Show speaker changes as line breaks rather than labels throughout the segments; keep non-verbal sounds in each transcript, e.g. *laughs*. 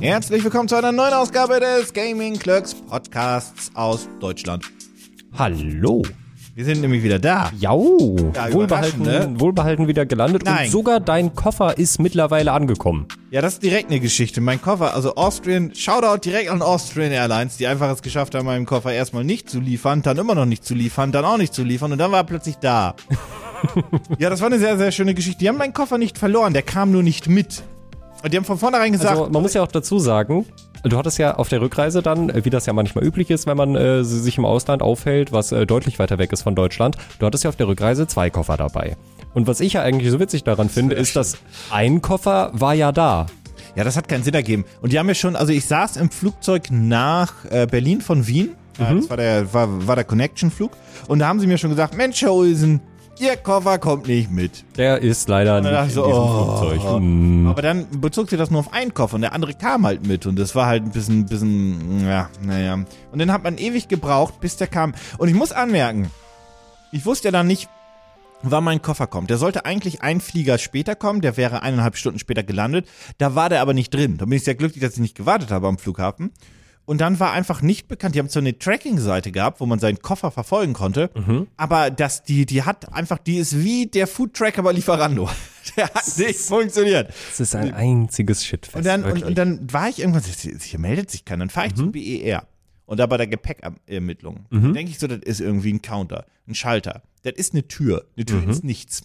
Herzlich willkommen zu einer neuen Ausgabe des Gaming Clerks Podcasts aus Deutschland.
Hallo.
Wir sind nämlich wieder da.
Jau.
Ja,
wohlbehalten,
überraschend, ne?
wohlbehalten wieder gelandet.
Nein.
Und sogar dein Koffer ist mittlerweile angekommen.
Ja, das ist direkt eine Geschichte. Mein Koffer, also Austrian, Shoutout direkt an Austrian Airlines, die einfach es geschafft haben, meinen Koffer erstmal nicht zu liefern, dann immer noch nicht zu liefern, dann auch nicht zu liefern und dann war er plötzlich da. ja, das war eine sehr, sehr schöne Geschichte. Die haben meinen Koffer nicht verloren, der kam nur nicht mit. Und die haben von vornherein gesagt,
Also man muss ja auch dazu sagen, du hattest ja auf der Rückreise dann, äh, wie das ja manchmal üblich ist, wenn man äh, sich im Ausland aufhält, was äh, deutlich weiter weg ist von Deutschland, du hattest ja auf der Rückreise zwei Koffer dabei. Und was ich ja eigentlich so witzig daran finde, ist, dass ein Koffer war ja da.
Ja, das hat keinen Sinn ergeben. Und die haben mir schon, also ich saß im Flugzeug nach äh, Berlin von Wien. Ja, das war der, war, war der Connection-Flug. Und da haben sie mir schon gesagt, Mensch, Herr Olsen, Ihr Koffer kommt nicht mit.
Der ist leider nicht
dachte ich
in
so,
diesem
oh.
Flugzeug. Hm.
Aber dann bezog sie das nur auf einen Koffer und der andere kam halt mit. Und das war halt ein bisschen, bisschen, ja, naja. Und den hat man ewig gebraucht, bis der kam. Und ich muss anmerken, ich wusste ja dann nicht, wann mein Koffer kommt. Der sollte eigentlich ein Flieger später kommen, der wäre eineinhalb Stunden später gelandet. Da war der aber nicht drin. Da bin ich sehr glücklich, dass ich nicht gewartet habe am Flughafen. Und dann war einfach nicht bekannt, die haben so eine Tracking-Seite gehabt, wo man seinen Koffer verfolgen konnte, aber das, die, die hat einfach, die ist wie der Food-Tracker bei Lieferando. *laughs* Der hat nicht funktioniert.
Das ist ein einziges Shitfest.
Und dann, und,
wirklich.
und dann war ich irgendwann, hier hier meldet sich keiner. Dann fahre ich zum BER. Und da bei der Gepäckermittlung mhm. denke ich so, das ist irgendwie ein Counter, ein Schalter. Das ist eine Tür. Eine Tür ist nichts.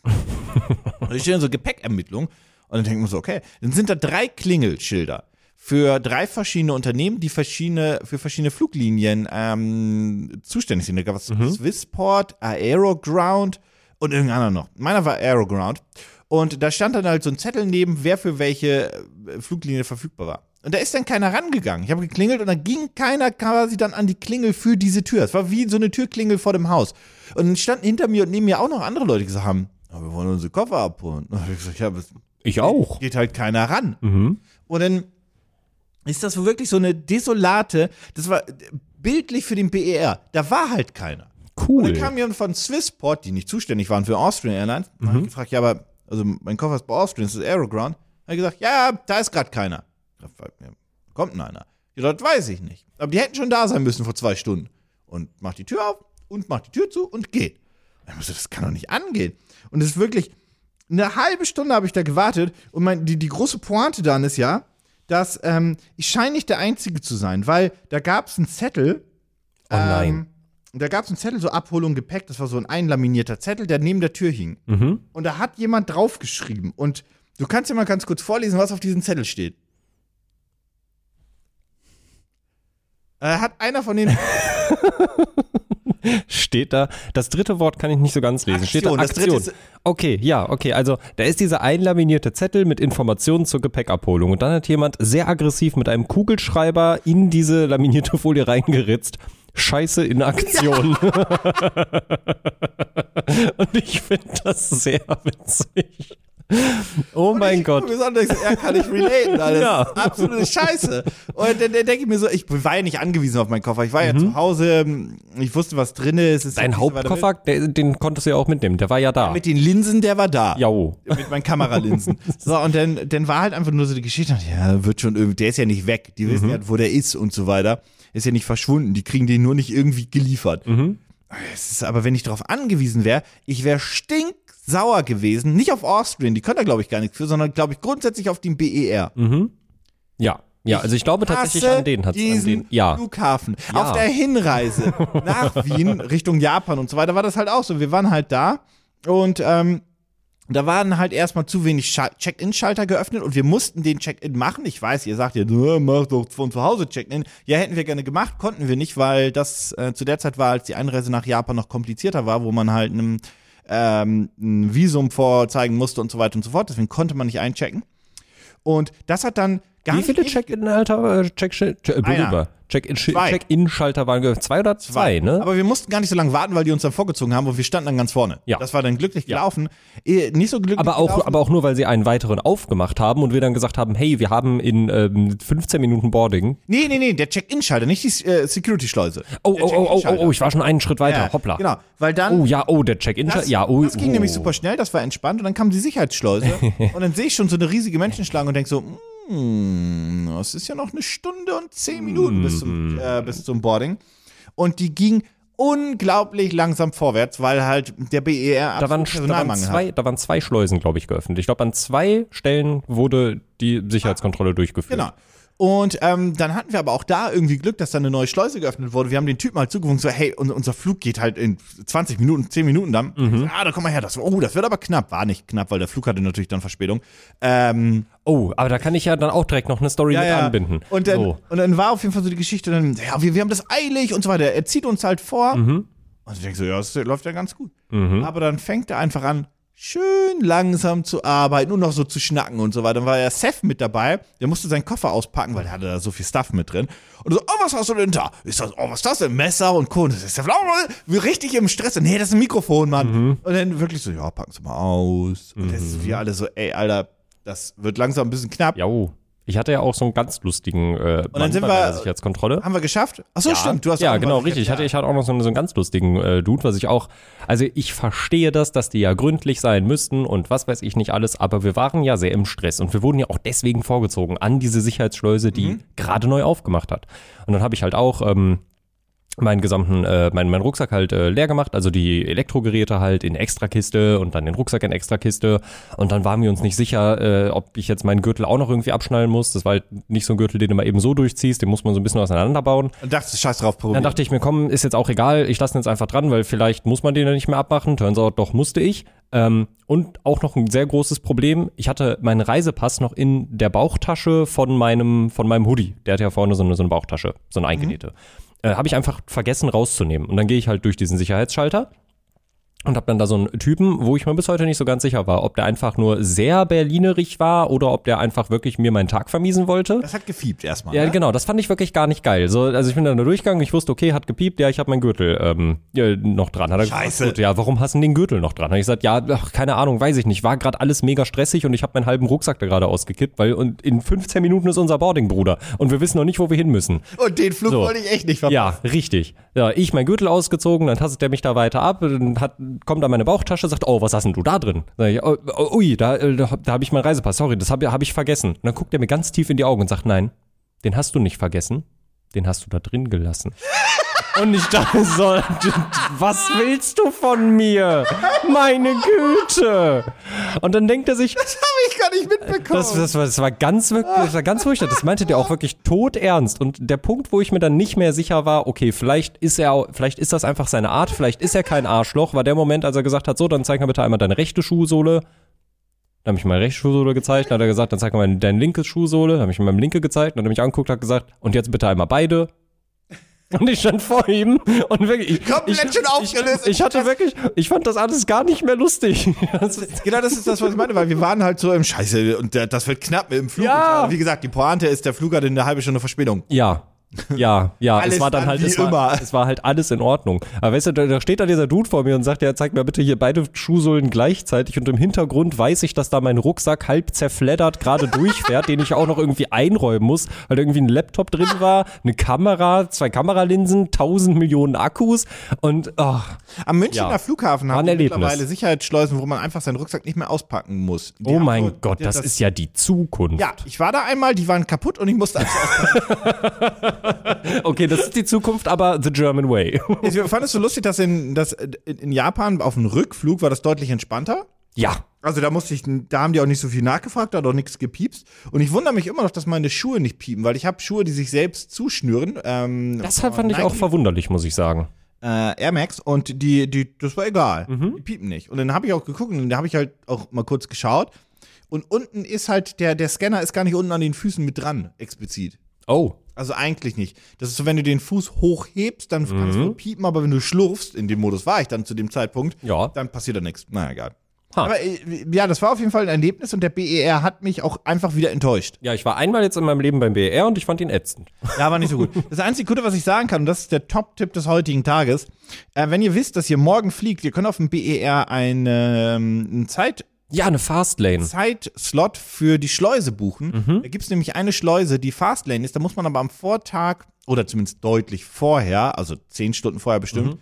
und ich stehe dann so Gepäckermittlung und dann denke ich mir so, okay, dann sind da drei Klingelschilder für drei verschiedene Unternehmen, die verschiedene, für verschiedene Fluglinien ähm, zuständig sind. Da gab es Swissport, Aeroground und irgendein anderer noch. Meiner war Aeroground. Und da stand dann halt so ein Zettel neben, wer für welche äh, Fluglinie verfügbar war. Und da ist dann keiner rangegangen. Ich habe geklingelt und dann ging keiner quasi dann an die Klingel für diese Tür. Es war wie so eine Türklingel vor dem Haus. Und dann standen hinter mir und neben mir auch noch andere Leute, die gesagt haben, oh, "Ja, wir wollen unsere Koffer abholen. Und ich gesagt, ja, was,
ich auch.
geht halt keiner ran.
Mhm.
Und dann ist das wirklich so eine desolate, das war bildlich für den BER, da war halt keiner. Und dann
Cool.
kam jemand von Swissport, die nicht zuständig waren für Austrian Airlines, und hab ich gefragt, ja, aber, also mein Koffer ist bei Austrian, das ist Aeroground. Hat er gesagt, ja, da ist gerade keiner. Ich hab gefragt, ja, Kommt denn einer? Ja, dort weiß ich nicht. Aber die hätten schon da sein müssen vor zwei Stunden. Und macht die Tür auf und macht die Tür zu und geht. Und Ich musste, das kann doch nicht angehen. Und es ist wirklich, eine halbe Stunde habe ich da gewartet und mein, die, die große Pointe dann ist ja, dass ähm, ich scheine nicht der Einzige zu sein, weil da gab es einen Zettel,
Oh nein.
ähm, da gab es einen Zettel, so Abholung Gepäck, das war so ein einlaminierter Zettel, der neben der Tür hing.
Mhm.
Und da hat jemand draufgeschrieben. Und du kannst ja mal ganz kurz vorlesen, was auf diesem Zettel steht. Äh, hat einer von den
steht da, das dritte Wort kann ich nicht so ganz lesen. steht da
Aktion, das
Aktion.
dritte ist-
okay, ja, okay. Also da ist dieser einlaminierte Zettel mit Informationen zur Gepäckabholung. Und dann hat jemand sehr aggressiv mit einem Kugelschreiber in diese laminierte Folie reingeritzt. Scheiße in Aktion. *laughs* Und ich finde das sehr witzig. Oh *laughs* mein
ich
Gott.
gucke mir so an und denke so, ja, kann ich relaten. Alles.
Ja.
Absolute Scheiße. Und dann, dann denke ich mir so, ich war ja nicht angewiesen auf meinen Koffer. Ich war ja zu Hause, ich wusste, was drin ist. Es
Mhm. Dein
ist-
Hauptkoffer, der, den konntest du ja auch mitnehmen. Der war ja da. oh.
Mit den Linsen, der war da.
Jau.
mit meinen Kameralinsen. So, und dann, dann war halt einfach nur so die Geschichte, ja, wird schon irgendwie, der ist ja nicht weg. Die wissen ja, wo der ist und so weiter. Ist ja nicht verschwunden. Die kriegen den nur nicht irgendwie geliefert. Es ist aber, wenn ich darauf angewiesen wäre, ich wäre stinksauer gewesen. Nicht auf Austrian, die können da, glaube ich, gar nichts für, sondern, glaube ich, grundsätzlich auf E den BER.
Ja. Ja, also ich glaube tatsächlich
Hasse
an den hat's an
diesen
den. Ja.
Flughafen.
Ja.
Auf der Hinreise
*laughs*
nach Wien, Richtung Japan und so weiter, war das halt auch so. Wir waren halt da und ähm, da waren halt erstmal zu wenig Schal- Check-in-Schalter geöffnet und wir mussten den Check-in machen. Ich weiß, ihr sagt ja, "Na, mach doch von zu Hause Check-in. Ja, hätten wir gerne gemacht, konnten wir nicht, weil das äh, zu der Zeit war, als die Einreise nach Japan noch komplizierter war, wo man halt einem ähm, ein Visum vorzeigen musste und so weiter und so fort. Deswegen konnte man nicht einchecken. Und das hat dann gar
Wie viele
nicht
Check-in-Alter, äh, check, check, check,
Einer. Ah, Zwei.
Check-in-Schalter waren ge- zwei oder zwei, ne?
Aber wir mussten gar nicht so lange warten, weil die uns dann vorgezogen haben und wir standen dann ganz vorne.
Ja.
Das war dann glücklich gelaufen. Eh, Nicht so glücklich
aber auch,
gelaufen.
aber auch nur, weil sie einen weiteren aufgemacht haben und wir dann gesagt haben, hey, wir haben in ähm, 15 Minuten Boarding.
Nee, nee, nee, der Check-In-Schalter, nicht die äh, Security-Schleuse.
Oh,
Der
oh, oh, oh, oh,
Check-in-Schalter.
oh, ich war schon einen Schritt weiter.
Ja,
Hoppla.
Genau, weil dann.
Oh ja, oh, der Check-in-Schalter.
Das,
Ja, oh,
das ging
oh. *laughs*
nämlich super schnell, das war entspannt und dann kam die Sicherheitsschleuse und dann sehe ich schon so eine riesige Menschenschlange und denke so, "Mm, hm, es ist ja noch eine Stunde und zehn Minuten bis
Mhm.
zum, äh, bis zum Boarding. Und die ging unglaublich langsam vorwärts, weil halt der BER
Da waren,
absolut
da waren, zwei, da waren zwei Schleusen, glaube ich, geöffnet. Ich glaube, an zwei Stellen wurde die Sicherheitskontrolle durchgeführt.
Genau. Und ähm, dann hatten wir aber auch da irgendwie Glück, dass da eine neue Schleuse geöffnet wurde. Wir haben den Typen halt zugewunken, so, hey, un unser Flug geht halt in 20 Minuten, 10 Minuten dann. So, ah, da komm mal her, das, oh, das wird aber knapp. War nicht knapp, weil der Flug hatte natürlich dann Verspätung. Ähm,
Oh, aber da kann ich ja dann auch direkt noch eine Story mit anbinden.
Und dann,
so.
und dann war auf jeden Fall so die Geschichte, dann, ja, wir, wir haben das eilig und so weiter. Er zieht uns halt vor.
Mhm.
Und ich denke so, ja, das läuft ja ganz gut. Aber dann fängt er einfach an, schön langsam zu arbeiten und noch so zu schnacken und so weiter. Dann war ja Seth mit dabei, der musste seinen Koffer auspacken, weil der hatte da so viel Stuff mit drin. Und so, oh, was hast du denn da? Ist das, oh, was ist das denn? Messer und Co. Und das ist ja wir richtig im Stress. Nee, das ist ein Mikrofon, Mann.
Mhm.
Und dann wirklich so, ja, packen's mal aus. Und das ist wir alle so, ey, Alter, das wird langsam ein bisschen knapp.
Ja, oh. ich hatte ja auch so einen ganz lustigen äh, Mann
sind
bei
wir-
meiner Sicherheitskontrolle.
Haben wir geschafft? Achso,
Ja,
stimmt. Du hast
ja
auch
genau,
mal-
richtig. Ich hatte,
Ja.
ich hatte auch noch so einen, so einen ganz lustigen äh, Dude, was ich auch. Also ich verstehe das, dass die ja gründlich sein müssten und was weiß ich nicht alles, aber wir waren ja sehr im Stress und wir wurden ja auch deswegen vorgezogen an diese Sicherheitsschleuse, die
Mhm.
gerade neu aufgemacht hat. Und dann habe ich halt auch. Ähm, meinen gesamten, äh, meinen, meinen Rucksack halt äh, leer gemacht, also die Elektrogeräte halt in Extrakiste und dann den Rucksack in Extrakiste und dann waren wir uns nicht sicher, äh, ob ich jetzt meinen Gürtel auch noch irgendwie abschnallen muss. Das war halt nicht so ein Gürtel, den du mal eben so durchziehst, den muss man so ein bisschen auseinanderbauen.
Und dachte, scheiß drauf, probier.
Dann dachte ich mir, komm, ist jetzt auch egal, ich lasse ihn jetzt einfach dran, weil vielleicht muss man den ja nicht mehr abmachen. Turns out, doch musste ich. Ähm, und auch noch ein sehr großes Problem, ich hatte meinen Reisepass noch in der Bauchtasche von meinem, von meinem Hoodie. Der hat ja vorne so eine, so eine Bauchtasche, so eine eingenähte. Äh, habe ich einfach vergessen rauszunehmen. Und dann gehe ich halt durch diesen Sicherheitsschalter und habe dann da so einen Typen, wo ich mir bis heute nicht so ganz sicher war, ob der einfach nur sehr berlinerig war oder ob der einfach wirklich mir meinen Tag vermiesen wollte.
das hat gefiebt erstmal.
Ja,
ne?
genau, das fand ich wirklich gar nicht geil. So, also ich bin dann da durchgegangen, ich wusste, okay, hat gepiept, ja, ich habe meinen Gürtel ähm, ja, noch dran. Hat er gefragt,
Scheiße.
gut, ja, warum hast du denn den Gürtel noch dran? Hab ich gesagt, ja, ach, keine Ahnung, weiß ich nicht. War gerade alles mega stressig und ich habe meinen halben Rucksack da gerade ausgekippt, weil und in 15 Minuten ist unser Boarding, Bruder. Und wir wissen noch nicht, wo wir hin müssen.
Und den Flug
genau. So.
wollte ich echt nicht verpassen.
Ja, richtig. Ja, ich mein Gürtel ausgezogen, dann tastet der mich da weiter ab, dann hat, kommt an meine Bauchtasche, sagt, oh, was hast denn du da drin? Sag ich, oh, oh, ui, da, äh, da, hab- da habe ich meinen Reisepass, sorry, das habe hab ich vergessen. Und dann guckt er mir ganz tief in die Augen und sagt, nein, den hast du nicht vergessen, den hast du da drin gelassen. Und ich dachte so, was willst du von mir? Meine Güte! Und dann denkt er sich,
Das habe ich gar nicht mitbekommen.
das, das, war, das war ganz wirklich, das war ganz furchtbar. Das meinte der auch wirklich todernst. Und der Punkt, wo ich mir dann nicht mehr sicher war, okay, vielleicht ist er, au- vielleicht ist das einfach seine Art, vielleicht ist er kein Arschloch, war der Moment, als er gesagt hat, so, dann zeig mir bitte einmal deine rechte Schuhsohle. Dann habe ich meine rechte Schuhsohle gezeigt, dann hat er gesagt, dann zeig mir meine- deine linke Schuhsohle, dann habe ich ihm meine linke gezeigt, dann hat er mich angeguckt, hat gesagt, und jetzt bitte einmal beide. Und ich stand vor ihm und wirklich. ich-
Komplett
ich,
schon aufgelöst.
Ich, ich hatte wirklich, ich fand das alles gar nicht mehr lustig. *laughs* Das ist-
genau das ist das, was ich meine, weil wir waren halt so im Scheiße und der, das wird knapp mit dem Flug.
Ja.
Und Wie gesagt, die Pointe ist, der Flug hatte eine halbe Stunde Verspätung.
Ja. Ja, ja,
Alles
es war dann
dann
halt,
wie
es war,
immer.
es war halt alles in Ordnung. Aber weißt du, da, da steht da dieser Dude vor mir und sagt, ja, zeig mir bitte hier beide Schuhsohlen gleichzeitig und im Hintergrund weiß ich, dass da mein Rucksack halb zerfleddert gerade durchfährt, den ich auch noch irgendwie einräumen muss, weil da irgendwie ein Laptop drin war, eine Kamera, zwei Kameralinsen, tausend Millionen Akkus und, oh, ach,
Am Münchner
Ja.
Flughafen
War ein
haben wir
Erlebnis.
mittlerweile Sicherheitsschleusen, wo man einfach seinen Rucksack nicht mehr auspacken muss. Die
oh
haben
mein
so-
Gott,
ja,
das, ist ja die Zukunft.
Ja, ich war da einmal, die waren kaputt und ich musste
*laughs*
einfach.
Okay, das ist die Zukunft, aber the German way. *laughs*
ich fand es so lustig, dass in, dass in in Japan auf dem Rückflug war das deutlich entspannter.
ja.
Also da musste ich, da haben die auch nicht so viel nachgefragt, da hat auch nichts gepiepst. Und ich wundere mich immer noch, dass meine Schuhe nicht piepen, weil ich habe Schuhe, die sich selbst zuschnüren. Ähm,
Das halt fand ich
Nike,
auch verwunderlich, muss ich sagen.
Äh, Air Max und die, die, das war egal. Die piepen nicht. Und dann habe ich auch geguckt und da habe ich halt auch mal kurz geschaut. Und unten ist halt, der, der Scanner ist gar nicht unten an den Füßen mit dran, explizit.
Oh.
Also eigentlich nicht. Das ist so, wenn du den Fuß hochhebst, dann kann es wohl piepen, aber wenn du schlurfst, in dem Modus war ich dann zu dem Zeitpunkt,
Ja.
dann passiert da nichts. Na egal.
Ha.
Aber äh, ja, das war auf jeden Fall ein Erlebnis und der BER hat mich auch einfach wieder enttäuscht.
Ja, ich war einmal jetzt in meinem Leben beim BER und ich fand ihn ätzend.
Ja, war nicht
*laughs*
so gut. Das einzige Gute, was ich sagen kann, und das ist der Top-Tipp des heutigen Tages, äh, wenn ihr wisst, dass ihr morgen fliegt, ihr könnt auf dem BER einen, ähm, einen Zeit
Ja, eine Fastlane.
Zeitslot für die Schleuse buchen.
Mhm.
Da gibt es nämlich eine Schleuse, die Fastlane
Mhm.
ist. Da muss man aber am Vortag oder zumindest deutlich vorher, also zehn Stunden vorher bestimmt,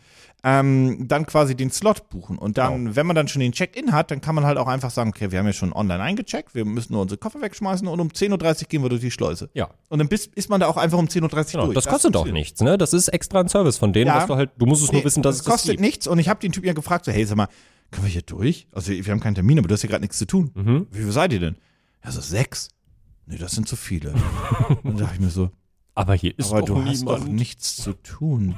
ähm, dann quasi den Slot buchen. Und dann,
Genau.
wenn man dann schon den Check-in hat, dann kann man halt auch einfach sagen, okay, wir haben ja schon online eingecheckt, wir müssen nur unsere Koffer wegschmeißen und um 10.30 Uhr gehen wir durch die Schleuse.
Ja.
Und dann bist, ist man da auch einfach um 10.30 Uhr
Genau,
durch.
das kostet auch
funktioniert.
nichts, ne? Das ist extra ein Service von denen,
Ja.
dass du halt, du musst es nur
Nee,
wissen, dass es
das
das
kostet
gibt.
nichts. Und ich habe den Typen ja gefragt, so, hey, sag mal, können wir hier durch? Also wir haben keinen Termin, aber du hast ja gerade nichts zu tun.
Mhm.
Wie viel seid ihr denn? Ja, so sechs. Nee, das sind zu
*laughs*
viele. dann dachte ich mir so,
Aber hier ist
aber
doch
du
niemand.
hast doch nichts zu tun.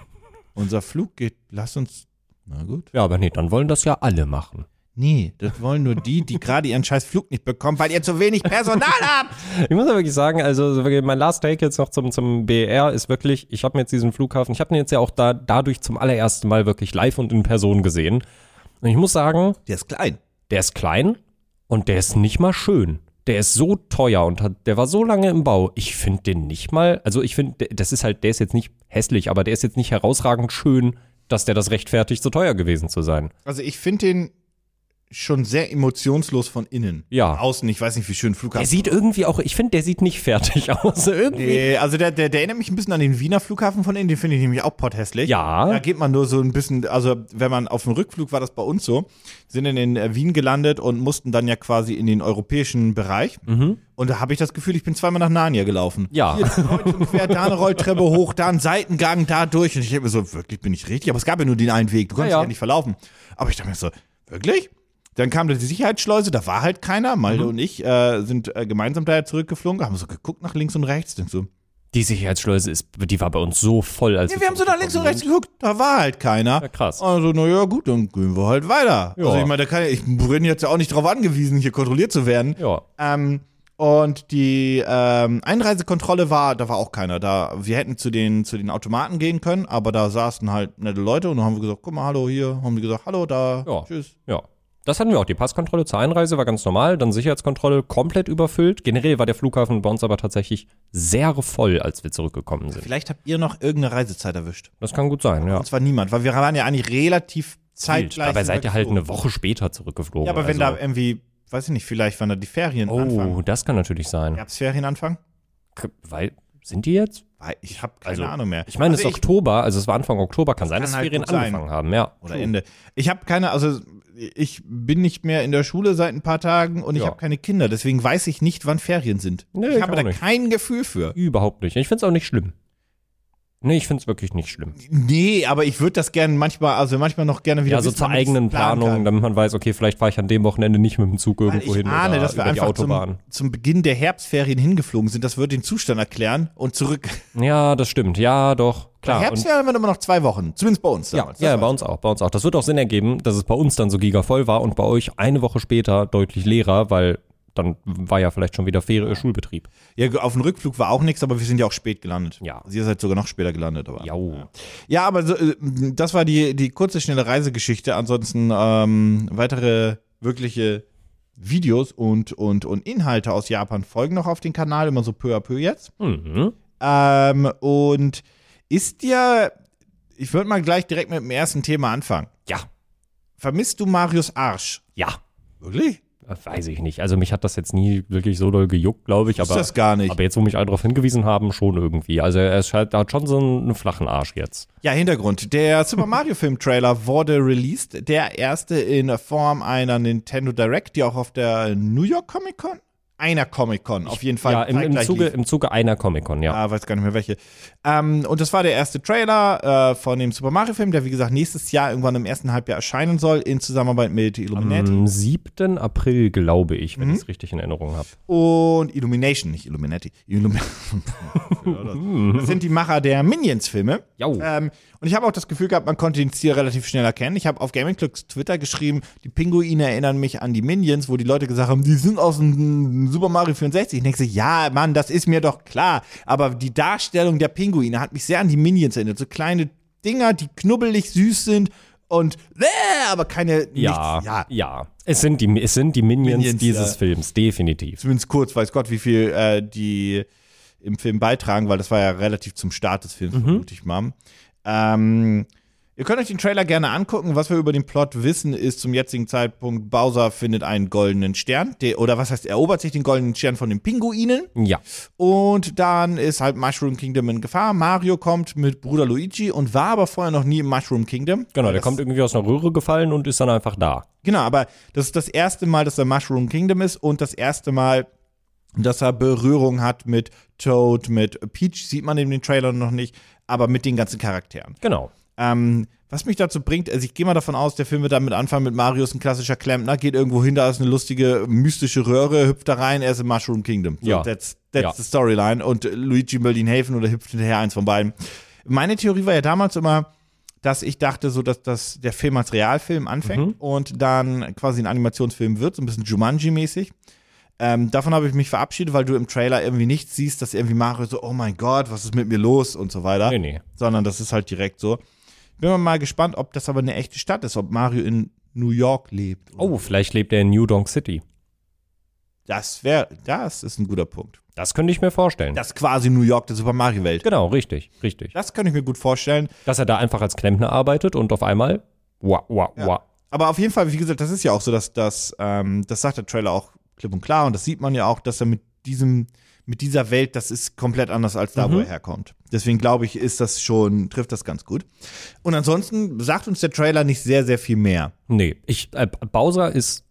Unser Flug geht, lass uns. Na gut.
ja, aber nee, dann wollen das ja alle machen.
Nee, das wollen nur die, die gerade ihren scheiß Flug nicht bekommen, weil ihr zu wenig Personal *laughs* habt.
Ich muss aber wirklich sagen, also wirklich mein Last Take jetzt noch zum, zum BER ist wirklich, ich habe mir jetzt diesen Flughafen, ich habe ihn jetzt ja auch da, dadurch zum allerersten Mal wirklich live und in Person gesehen. Und ich muss sagen,
Der ist klein.
der ist klein und der ist nicht mal schön. Der ist so teuer und hat, der war so lange im Bau. Ich finde den nicht mal, also ich finde, das ist halt, der ist jetzt nicht hässlich, aber der ist jetzt nicht herausragend schön, dass der das rechtfertigt, so teuer gewesen zu sein.
Also ich finde den schon sehr emotionslos von innen.
Ja.
Außen, ich weiß nicht, wie schön Flughafen.
Der sieht irgendwie auch, ich finde, der sieht nicht fertig *laughs* aus. Irgendwie.
Nee, also der, der, der erinnert mich ein bisschen an den Wiener Flughafen von innen, den finde ich nämlich auch potthässlich.
Ja.
Da geht man nur so ein bisschen, also wenn man auf dem Rückflug war das bei uns so, sind in den, äh, Wien gelandet und mussten dann ja quasi in den europäischen Bereich. Und da habe ich das Gefühl, ich bin zweimal nach Narnia gelaufen.
Mhm. Ja.
Hier kreuz und quer, da eine Rolltreppe hoch, da ein Seitengang, da durch. Und ich habe mir so, wirklich bin ich richtig? Aber es gab ja nur den einen Weg, du konntest
Ja,
ja,
ja.
nicht verlaufen. Aber ich dachte mir so, wirklich? Dann kam da die Sicherheitsschleuse, da war halt keiner. Malte
Mhm.
und ich äh, sind äh, gemeinsam daher zurückgeflogen, haben so geguckt nach links und rechts. Denk so,
Die Sicherheitsschleuse ist, die war bei uns so voll, als
ja, wir haben so nach links und rechts geguckt, da war halt keiner.
Ja, krass.
Also, naja, gut, dann gehen wir halt weiter.
Ja.
Also, ich meine, da kann, ich bin jetzt ja auch nicht darauf angewiesen, hier kontrolliert zu werden.
Ja.
Ähm, und die ähm, Einreisekontrolle war, da war auch keiner da. Wir hätten zu den, zu den Automaten gehen können, aber da saßen halt nette Leute und dann haben wir gesagt, guck mal, hallo hier, haben die gesagt, hallo da,
Ja.
tschüss.
Ja. Das hatten wir auch. Die Passkontrolle zur Einreise war ganz normal, dann Sicherheitskontrolle komplett überfüllt. Generell war der Flughafen bei uns aber tatsächlich sehr voll, als wir zurückgekommen sind.
Vielleicht habt ihr noch irgendeine Reisezeit erwischt.
Das kann gut sein, ja.
Und zwar niemand, weil wir waren ja eigentlich relativ
Wild.
zeitgleich.
Dabei
sind wir
seid ihr halt
geflogen.
eine Woche später zurückgeflogen.
Ja, aber wenn
also.
da irgendwie, weiß ich nicht, vielleicht waren da die Ferien
Oh,
anfangen.
das kann natürlich sein.
Herbstferien anfangen?
K- Weil, sind die jetzt?
Weil Ich habe keine
Also,
Ahnung mehr.
Ich meine,
also
es ist Oktober, also es war Anfang Oktober, kann sein,
Kann
dass die
halt
Ferien
gut sein.
angefangen haben, ja.
oder Ende. Ich habe keine, also ich bin nicht mehr in der Schule seit ein paar Tagen und ich
Ja.
habe keine Kinder, deswegen weiß ich nicht, wann Ferien sind.
Nee,
ich
ich
habe
auch
da
nicht.
kein Gefühl für.
Überhaupt nicht. Ich find's auch nicht schlimm. Nee, ich find's wirklich nicht schlimm.
Nee, aber ich würde das gerne manchmal, also manchmal noch gerne wieder
Ja, so
wissen,
zur
wann ich's
eigenen
planen
Planung,
kann.
damit man weiß, okay, vielleicht fahre ich an dem Wochenende nicht mit dem Zug
Weil
irgendwo
ich
hin
ahne,
oder
dass wir
über die
einfach
Autobahn.
zum, zum Beginn der Herbstferien hingeflogen sind. Das würde den Zustand erklären und zurück.
Ja, das stimmt. Ja, doch.
Bei
Klar. Und,
Herbstferien waren immer noch zwei Wochen, zumindest bei uns
ja,
damals.
ja
Das
bei uns auch, bei uns auch. Das wird auch Sinn ergeben, dass es bei uns dann so gigavoll war und bei euch eine Woche später deutlich leerer, weil dann war ja vielleicht schon wieder faire Schulbetrieb.
Ja, auf dem Rückflug war auch nichts, aber wir sind ja auch spät gelandet.
Ja.
Also ihr seid sogar noch später gelandet. Aber.
Jau.
Ja, aber so, äh, das war die, die kurze, schnelle Reisegeschichte. Ansonsten ähm, weitere wirkliche Videos und, und, und Inhalte aus Japan folgen noch auf den Kanal, immer so peu à peu jetzt.
Mhm.
Ähm, und ist dir, ich würde mal gleich direkt mit dem ersten Thema anfangen.
Ja,
Vermisst du Marius Arsch?
ja.
Wirklich?
Äh, Weiß ich nicht. Also mich hat das jetzt nie wirklich so doll gejuckt, glaube ich.
Ist
Aber,
das gar nicht.
aber jetzt, wo mich alle darauf hingewiesen haben, schon irgendwie. Also er ist halt, er hat schon so einen flachen Arsch jetzt.
Ja, Hintergrund. Der Super Mario Film Trailer wurde released. Der erste in Form einer Nintendo Direct, die auch auf der New York Comic Con? Einer Comic Con, auf jeden Fall.
Ja, im, im,
zeitgleich
Zuge,
lief.
im Zuge einer Comic-Con, ja.
Ah, weiß gar nicht mehr welche. Ähm, und das war der erste Trailer äh, von dem Super Mario Film, der wie gesagt nächstes Jahr irgendwann im ersten Halbjahr erscheinen soll, in Zusammenarbeit mit Illuminati.
Am 7. April, glaube ich,
Mhm.
wenn ich es richtig in Erinnerung habe.
Und Illumination, nicht Illuminati.
*laughs*
Illumi das sind die Macher der Minions-Filme.
Jau.
Ähm, und ich habe auch das Gefühl gehabt, man konnte den Stil relativ schnell erkennen. Ich habe auf Gaming Clubs Twitter geschrieben, die Pinguine erinnern mich an die Minions, wo die Leute gesagt haben, die sind aus dem Super Mario 64. Ich denke, so, ja, Mann, das ist mir doch klar. Aber die Darstellung der Pinguine hat mich sehr an die Minions erinnert. So kleine Dinger, die knubbelig süß sind und äh, aber keine
Ja,
nichts, ja.
ja, Es sind die, es sind die Minions,
Minions,
dieses
ja.
Films, definitiv.
zumindest kurz, weiß Gott, wie viel äh, die
Mhm.
im Film beitragen, weil das war ja relativ zum Start des Films, vermute ich mal. Ähm, Ihr könnt euch den Trailer gerne angucken. Was wir über den Plot wissen, ist zum jetzigen Zeitpunkt, Bowser findet einen goldenen Stern. Der, oder was heißt, erobert sich den goldenen Stern von den Pinguinen.
Ja.
Und dann ist halt Mushroom Kingdom in Gefahr. Mario kommt mit Bruder Luigi und war aber vorher noch nie im Mushroom Kingdom.
Genau,
Weil
der
das-
kommt irgendwie aus einer Röhre gefallen und ist dann einfach da.
Genau, aber das ist das erste Mal, dass er Mushroom Kingdom ist und das erste Mal, dass er Berührung hat mit Toad, mit Peach, sieht man in den Trailern noch nicht, aber mit den ganzen Charakteren.
Genau.
Ähm, was mich dazu bringt, also ich gehe mal davon aus, der Film wird damit anfangen mit Marius, ein klassischer Klempner, geht irgendwo hin, da ist eine lustige, mystische Röhre, hüpft da rein, er ist im Mushroom Kingdom. So,
Ja.
That's, that's
Ja.
the storyline. Und äh, Luigi will ihn helfen oder hüpft hinterher, eins von beiden. Meine Theorie war ja damals immer, dass ich dachte, so dass, dass der Film als Realfilm anfängt
Mhm.
und dann quasi ein Animationsfilm wird, so ein bisschen Jumanji-mäßig. Ähm, davon habe ich mich verabschiedet, weil du im Trailer irgendwie nichts siehst, dass irgendwie Mario so, oh mein Gott, was ist mit mir los und so weiter
Nee, nee.
sondern das ist halt direkt so. Bin mal- mal gespannt, ob das aber eine echte Stadt ist, ob Mario in New York lebt.
Oh, vielleicht lebt er in New Donk City.
Das wäre, das ist ein guter Punkt.
Das könnte ich mir vorstellen.
Das ist quasi New York der Super Mario Welt.
genau, richtig, richtig.
Das kann ich mir gut vorstellen.
Dass er da einfach als Klempner arbeitet und auf einmal. Wah, wah,
Ja.
wah.
Aber auf jeden Fall, wie gesagt, das ist ja auch so, dass das, ähm, das sagt der Trailer auch klipp und klar und das sieht man ja auch, dass er mit diesem, mit dieser Welt, das ist komplett anders als da, wo er herkommt. Deswegen glaube ich, ist das schon, trifft das ganz gut. Und ansonsten sagt uns der Trailer nicht sehr, sehr viel mehr.
Nee, ich, äh, Bowser ist,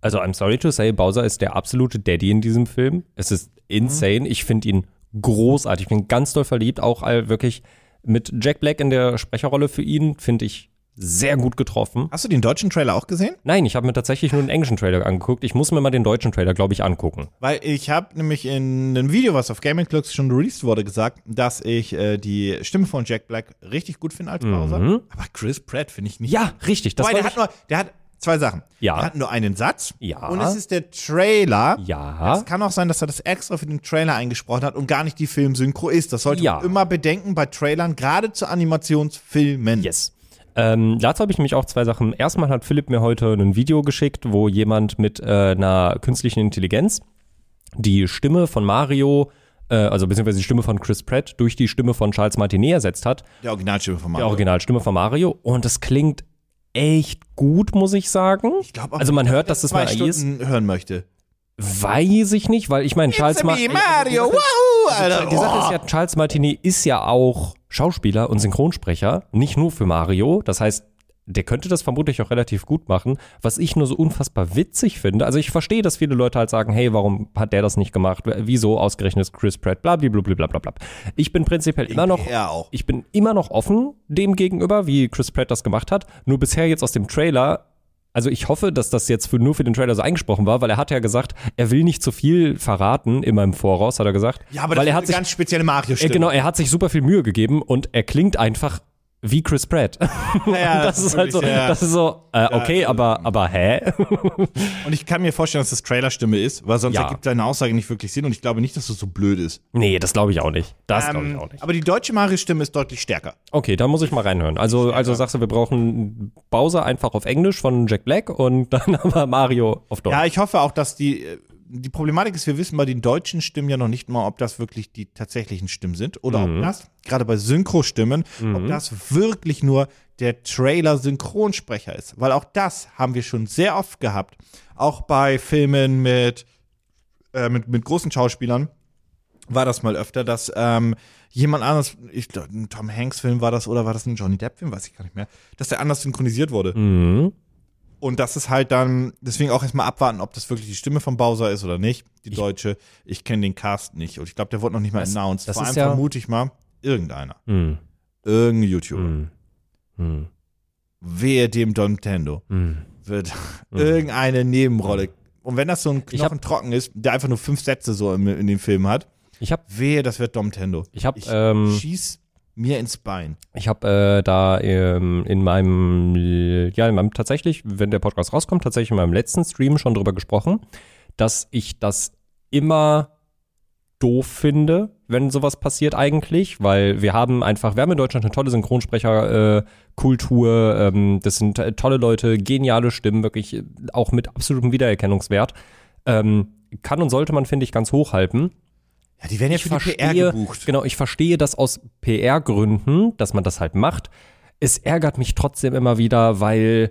also I'm sorry to say, Bowser ist der absolute Daddy in diesem Film. Es ist insane. Ich finde ihn großartig. Ich bin ganz doll verliebt. Auch äh, wirklich mit Jack Black in der Sprecherrolle für ihn finde ich sehr gut getroffen.
Hast du den deutschen Trailer auch gesehen?
Nein, ich habe mir tatsächlich nur den englischen Trailer angeguckt. Ich muss mir mal den deutschen Trailer, glaube ich, angucken.
Weil ich habe nämlich in einem Video, was auf Gaming Clerks schon released wurde, gesagt, dass ich äh, die Stimme von Jack Black richtig gut finde als Bowser. Aber Chris Pratt finde ich nicht.
Mhm. Ja, richtig. Das
Wobei,
war
der hat nur, der hat zwei Sachen.
Ja.
Der hat nur einen Satz.
Ja.
Und es ist der Trailer.
Ja.
Es kann auch sein, dass er das extra für den Trailer eingesprochen hat und gar nicht die Filmsynchro ist. Das sollte
Ja.
man immer bedenken bei Trailern, gerade zu Animationsfilmen.
Yes. Ähm, dazu habe ich nämlich auch zwei Sachen. Erstmal hat Philipp mir heute ein Video geschickt, wo jemand mit äh, einer künstlichen Intelligenz die Stimme von Mario, äh, also beziehungsweise die Stimme von Chris Pratt durch die Stimme von Charles Martinet ersetzt hat.
Der Originalstimme von
Die
Mario.
Originalstimme von Mario. Und es klingt echt gut, muss ich sagen.
glaub auch
also man hört, dass das mal
zwei
AI ist.
Stunden hören möchte.
Weiß ich nicht, weil ich meine, Charles Ma- Also,
It's me, Mario, wahoo, Alter.
Die Sache ist ja, Charles Martini ist ja auch Schauspieler und Synchronsprecher, nicht nur für Mario. Das heißt, der könnte das vermutlich auch relativ gut machen, was ich nur so unfassbar witzig finde. Also ich verstehe, dass viele Leute halt sagen, hey, warum hat der das nicht gemacht? Wieso ausgerechnet Chris Pratt? Blablabla. Ich bin prinzipiell immer noch
Oh. Er auch.
ich bin immer noch offen dem gegenüber, wie Chris Pratt das gemacht hat. Nur bisher jetzt aus dem Trailer. Also ich hoffe, dass das jetzt für, nur für den Trailer so eingesprochen war, weil er hat ja gesagt, er will nicht zu viel verraten, immer im Voraus, hat er gesagt.
Ja, aber das
weil er
ist
hat
eine
sich,
ganz spezielle Mario-Stimme.
äh, genau, er hat sich super viel Mühe gegeben und er klingt einfach wie Chris Pratt. *laughs*
Ja,
das, ist halt so,
wirklich, ja.
das ist so, äh, okay,
also-
aber, aber hä? *laughs*
Und ich kann mir vorstellen, dass das Trailerstimme ist, weil sonst
Ja.
ergibt deine Aussage nicht wirklich Sinn und ich glaube nicht, dass es so blöd ist.
nee, das glaube ich auch nicht. Das glaube ich
Ähm,
auch nicht.
aber die deutsche Mario-Stimme ist deutlich stärker.
Okay, da muss ich mal reinhören. Also, also sagst du, wir brauchen Bowser einfach auf Englisch von Jack Black und *laughs* dann aber Mario auf Deutsch.
Ja, ich hoffe auch, dass die. äh, Die Problematik ist, wir wissen bei den deutschen Stimmen ja noch nicht mal, ob das wirklich die tatsächlichen Stimmen sind oder ob das, gerade bei Synchrostimmen, ob das wirklich nur der Trailer-Synchronsprecher ist. Weil auch das haben wir schon sehr oft gehabt. Auch bei Filmen mit äh, mit, mit großen Schauspielern war das mal öfter, dass ähm, jemand anders, ich glaube, ein Tom Hanks-Film war das oder war das ein Johnny Depp-Film, weiß ich gar nicht mehr, dass der anders synchronisiert wurde.
Mhm.
Und das ist halt dann, deswegen auch erstmal abwarten, ob das wirklich die Stimme von Bowser ist oder nicht, die deutsche. Ich kenne den Cast nicht und ich glaube, der wurde noch nicht mal announced.
das
Vor
ist
allem
ja-
vermute ich mal, irgendeiner,
Hm,
irgendein YouTuber,
hm, hm,
wehe dem Nintendo,
hm.
wird irgendeine Nebenrolle. Und wenn das so ein
Ich hab-
Knochen trocken ist, der einfach nur fünf Sätze so in, in dem Film hat,
Ich habe
Wehe, das wird Domtendo.
ich hab, ähm,
schieß mir ins Bein.
ich hab, äh, da ähm, in meinem, äh, ja, in meinem tatsächlich, wenn der Podcast rauskommt, tatsächlich in meinem letzten Stream schon drüber gesprochen, dass ich das immer doof finde, wenn sowas passiert eigentlich, weil wir haben einfach, wir haben in Deutschland eine tolle Synchronsprecherkultur, äh, Kultur, ähm, das sind äh, tolle Leute, geniale Stimmen, wirklich äh, auch mit absolutem Wiedererkennungswert. Ähm, kann und sollte man, finde ich, ganz hochhalten.
Ja, die werden ja
ich
für die
verstehe,
PR gebucht.
Genau, ich verstehe das aus PR-Gründen, dass man das halt macht. es ärgert mich trotzdem immer wieder, weil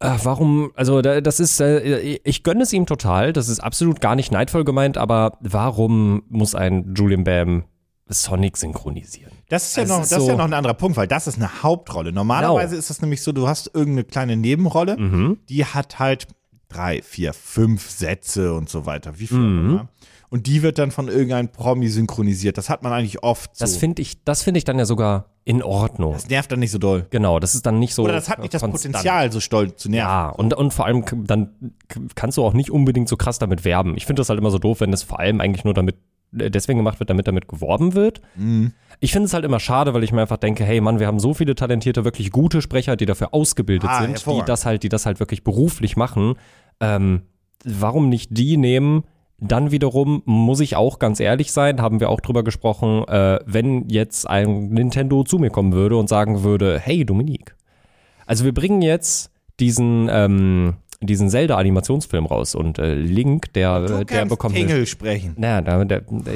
Ach, warum, also da- das ist, äh, ich gönne es ihm total, das ist absolut gar nicht neidvoll gemeint, aber warum muss ein Julian Bam Sonic synchronisieren?
Das ist, ja
Es
noch,
ist
das ist ja
so- Genau.
noch ein anderer Punkt, weil das ist eine Hauptrolle. Normalerweise ist das nämlich so, du hast irgendeine kleine Nebenrolle,
Hm.
die hat halt drei, vier, fünf Sätze und so weiter, wie viel auch
Mhm.
immer. Und die wird dann von irgendeinem Promi synchronisiert. Das hat man eigentlich oft so.
Das finde ich, das finde ich dann ja sogar in Ordnung.
das nervt dann nicht so doll.
genau, das ist dann nicht so.
Oder das hat nicht das
konstant.
Potenzial, so stoll zu nerven.
Ja, und, und vor allem, k- dann k- kannst du auch nicht unbedingt so krass damit werben. Ich finde das halt immer so doof, wenn das vor allem eigentlich nur damit äh, deswegen gemacht wird, damit damit geworben wird.
Mhm.
Ich finde es halt immer schade, weil ich mir einfach denke, hey Mann, wir haben so viele talentierte, wirklich gute Sprecher, die dafür ausgebildet
Ah,
sind, die
hervorragend.
das halt, die das halt wirklich beruflich machen. Ähm, warum nicht die nehmen? Dann wiederum muss ich auch ganz ehrlich sein, haben wir auch drüber gesprochen, äh, wenn jetzt ein Nintendo zu mir kommen würde und sagen würde, hey Dominik, also wir bringen jetzt diesen, ähm, diesen Zelda-Animationsfilm raus und äh, Link, der,
Du
äh, der
kannst
bekommt eine
Engel sprechen.
na, da, da, da,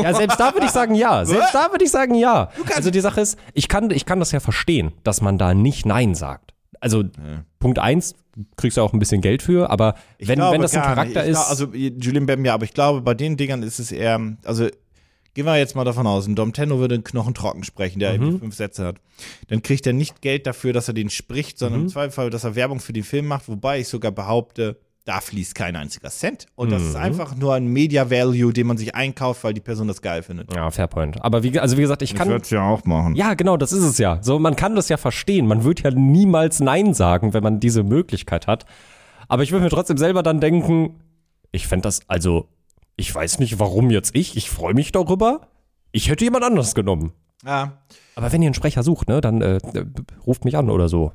ja, selbst da würde ich sagen ja. Selbst da würde ich sagen ja. Also die Sache ist, ich kann, ich kann das ja verstehen, dass man da nicht Nein sagt. Also Punkt eins, kriegst du auch ein bisschen Geld für, aber wenn, wenn das ein
gar
Charakter
nicht. Ich
ist,
glaub, also Julian Bam, ja, aber ich glaube, bei den Dingern ist es eher, also gehen wir jetzt mal davon aus, ein Dom Tenno würde einen Knochen trocken sprechen, der
Mhm.
irgendwie fünf Sätze hat. Dann kriegt er nicht Geld dafür, dass er den spricht, sondern
Mhm.
im Zweifel, dass er Werbung für den Film macht, wobei ich sogar behaupte, da fließt kein einziger Cent. Und das
Mhm.
ist einfach nur ein Media Value, den man sich einkauft, weil die Person das geil findet.
ja, Fairpoint. Aber wie, ge- also wie gesagt, ich kann,
es ja auch machen.
ja genau, das ist es ja. So, man kann das ja verstehen. Man wird ja niemals Nein sagen, wenn man diese Möglichkeit hat. Aber ich würde mir trotzdem selber dann denken, ich fände das, also, ich weiß nicht, warum jetzt ich. Ich freue mich darüber. Ich hätte jemand anders genommen.
Ah.
Aber wenn ihr einen Sprecher sucht, ne, dann äh, äh, ruft mich an oder so.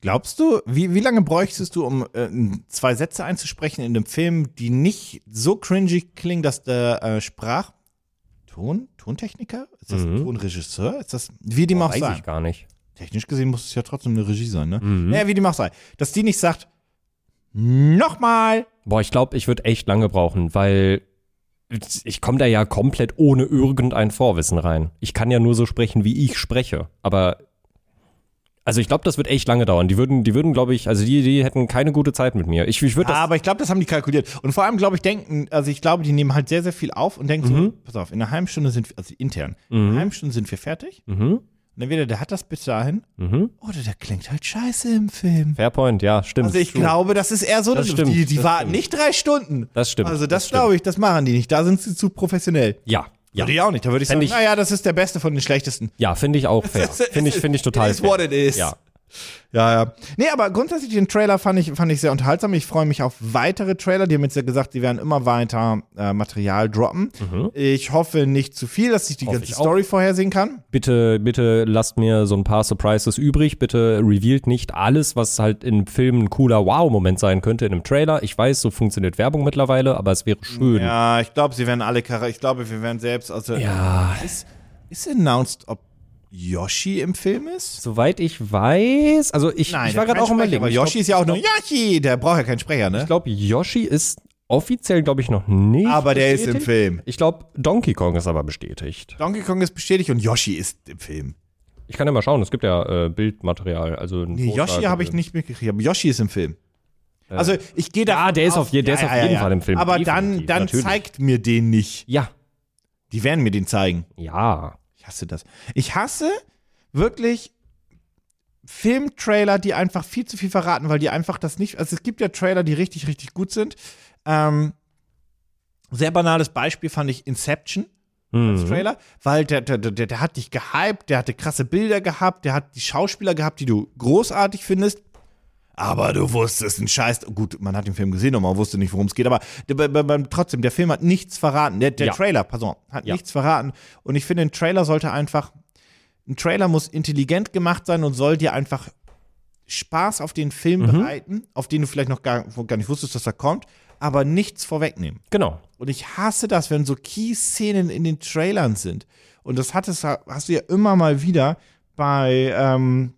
Glaubst du, wie, wie lange bräuchtest du, um äh, zwei Sätze einzusprechen in einem Film, die nicht so cringy klingen, dass der äh, Sprach. Ton? Tontechniker? Ist das ein Tonregisseur? Ist das. Wie dem auch
Mhm. Weiß
sei.
ich Mhm. gar nicht.
Technisch gesehen muss es ja trotzdem eine Regie sein, ne? Naja, wie dem auch sei. Dass die nicht sagt, nochmal!
Boah, ich glaube, ich würde echt lange brauchen, weil ich komme da ja komplett ohne irgendein Vorwissen rein. Ich kann ja nur so sprechen, wie ich spreche. Aber also ich glaube, das wird echt lange dauern. Die würden, die würden, glaube ich, also die, die hätten keine gute Zeit mit mir. Ich, ich würde das.
Aber ich glaube, das haben die kalkuliert. Und vor allem, glaube ich, denken, also ich glaube, die nehmen halt sehr, sehr viel auf und denken
Mhm.
so, pass auf, in einer halben Stunde sind wir, also intern, in einer halben Stunde sind wir fertig.
Mhm.
Und entweder der hat das bis dahin
Mhm.
oder der klingt halt scheiße im Film.
Fairpoint, ja, stimmt.
Also ich
True.
glaube, das ist eher so,
Das
dass
stimmt,
die, die
das
warten nicht drei Stunden.
Das stimmt,
Also
das
das, glaube ich, das machen die nicht. Da sind sie zu professionell.
Ja, ja,
Würde ich auch nicht. Da würde ich
Fänd
sagen,
ich-
naja, das ist der Beste von den schlechtesten.
ja, finde ich auch fair. Finde ich, finde ich
*laughs*
total
It is what
fair.
it is.
Ja.
ja, ja. Nee, aber grundsätzlich den Trailer fand ich, fand ich sehr unterhaltsam. Ich freue mich auf weitere Trailer. Die haben jetzt ja gesagt, sie werden immer weiter äh, Material droppen. Ich hoffe nicht zu viel, dass Mhm. ich die ganze
ich auch.
Story vorhersehen kann.
bitte, bitte lasst mir so ein paar Surprises übrig. Bitte revealt nicht alles, was halt in Filmen ein cooler Wow-Moment sein könnte, in einem Trailer. Ich weiß, so funktioniert Werbung mittlerweile, aber es wäre schön.
Ja, ich glaube, sie werden alle Charakter. Ich glaube, wir werden selbst. Also,
Ja.
Ist, ist announced, ob Yoshi im Film ist?
Soweit ich weiß, also ich, ich war
der
gerade
kein
auch
Sprecher,
überlegen.
Aber
Ich glaub-
Yoshi ist ja auch nur Yoshi, der braucht ja keinen Sprecher, ne?
Ich glaube, Yoshi ist offiziell, glaube ich, noch nicht.
aber der ist im
bestätigt.
Film.
Ich glaube, Donkey Kong ist aber bestätigt.
Donkey Kong ist bestätigt und Yoshi ist im Film.
Ich kann ja mal schauen, es gibt ja äh, Bildmaterial. Also ein
Nee,
Poster-
Yoshi habe ich nicht mitgekriegt, aber Yoshi ist im Film. Also ich gehe da.
Ja, der ist auf je- der ist auf jeden Fall im Film.
Aber
Definitiv,
dann, dann
natürlich.
zeigt mir den nicht.
Ja,
Die werden mir den zeigen.
ja.
Ich hasse das. Ich hasse wirklich Filmtrailer, die einfach viel zu viel verraten, weil die einfach das nicht. Also es gibt ja Trailer, die richtig, richtig gut sind. Ähm, sehr banales Beispiel fand ich Inception
Hm,
als
Mhm.
Trailer, weil der, der, der, der hat dich gehypt, der hatte krasse Bilder gehabt, der hat die Schauspieler gehabt, die du großartig findest. Aber du wusstest einen Scheiß. Gut, man hat den Film gesehen und man wusste nicht, worum es geht, aber der- bei- bei- beim- trotzdem, der Film hat nichts verraten. Der, der
Ja.
Trailer, pardon, hat
Ja.
nichts verraten. Und ich finde, ein Trailer sollte einfach. Ein Trailer muss intelligent gemacht sein und soll dir einfach Spaß auf den
Mhm.
Film bereiten, auf den du vielleicht noch gar, gar nicht wusstest, dass er kommt, aber nichts vorwegnehmen.
Genau.
Und ich hasse das, wenn so Key-Szenen in den Trailern sind. Und das hattest, hast du ja immer mal wieder bei, ähm,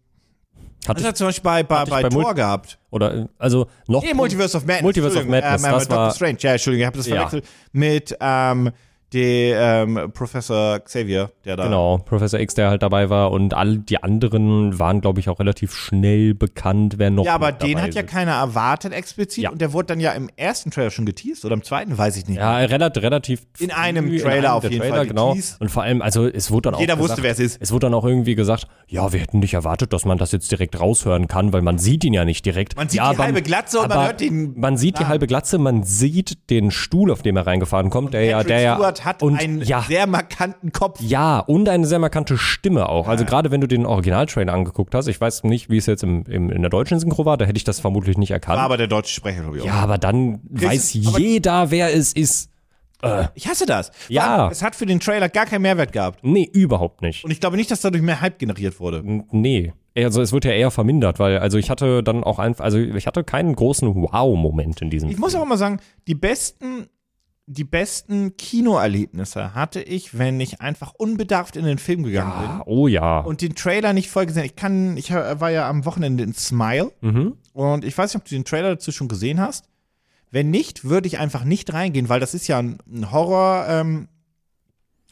Hatte
das
ich,
hat zum Beispiel bei, bei,
ich
bei,
bei Mul-
Tor gehabt.
oder also noch
Nee, Multiverse of Madness.
Multiverse of
Entschuldigung,
Madness,
Ähm,
das
Doctor
war-
Strange, ja, Entschuldigung, ich habe das
Ja.
verwechselt mit ähm, der ähm, Professor Xavier, der da.
Genau, Professor X, der halt dabei war und all die anderen waren, glaube ich, auch relativ schnell bekannt, wer noch
Ja, aber
mit dabei
den hat ja
ist.
keiner erwartet explizit
Ja.
und der wurde dann ja im ersten Trailer schon geteased oder im zweiten, weiß ich nicht.
Ja, relativ, relativ.
In einem
früh,
Trailer auf
der
jeden Fall
Genau.
geteased.
Und vor allem, also es wurde dann auch.
Jeder wusste,
gesagt,
wer es ist.
Es wurde dann auch irgendwie gesagt, ja, wir hätten nicht erwartet, dass man das jetzt direkt raushören kann, weil man sieht ihn ja nicht direkt.
Man sieht
ja,
die halbe Glatze und man
aber
hört den
Man sieht die halbe Glatze, man sieht den Stuhl, auf dem er reingefahren kommt, der ja,
Patrick
der ja.
Stewart hat
und,
einen
ja,
sehr markanten Kopf.
ja, und eine sehr markante Stimme auch. Also gerade wenn du den Originaltrailer angeguckt hast, ich weiß nicht, wie es jetzt im, im, in der deutschen Synchro war, da hätte ich das vermutlich nicht erkannt.
War aber der deutsche Sprecher, glaube ich. auch.
ja, aber dann weiß
aber-
jeder, wer es ist.
Ich hasse das. Vor
Ja.
allem, Es hat für den Trailer gar keinen Mehrwert gehabt.
Nee, überhaupt nicht.
Und ich glaube nicht, dass dadurch mehr Hype generiert wurde.
Nee. Also es wird ja eher vermindert, weil also ich hatte dann auch einfach, also ich hatte keinen großen Wow-Moment in diesem.
Ich muss auch mal sagen, die besten, die besten Kinoerlebnisse hatte ich, wenn ich einfach unbedarft in den Film gegangen bin.
ah, oh ja.
und den Trailer nicht voll gesehen. Ich kann, ich war ja am Wochenende in Smile
Mhm.
und ich weiß nicht, ob du den Trailer dazu schon gesehen hast. Wenn nicht, würde ich einfach nicht reingehen, weil das ist ja ein, ein Horror, ähm,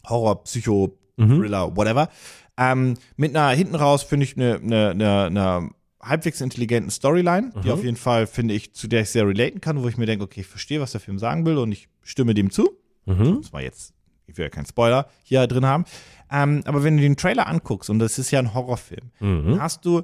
Horror, Psycho, Thriller, whatever. Ähm, mit einer hinten raus finde ich eine eine- eine- eine halbwegs intelligenten Storyline, die auf jeden Fall finde ich, zu der ich sehr relaten kann, wo ich mir denke, okay, ich verstehe, was der Film sagen will und ich stimme dem zu
Mhm.
das war jetzt, ich will ja keinen Spoiler hier drin haben, ähm, aber wenn du den Trailer anguckst, und das ist ja ein Horrorfilm, dann hast du,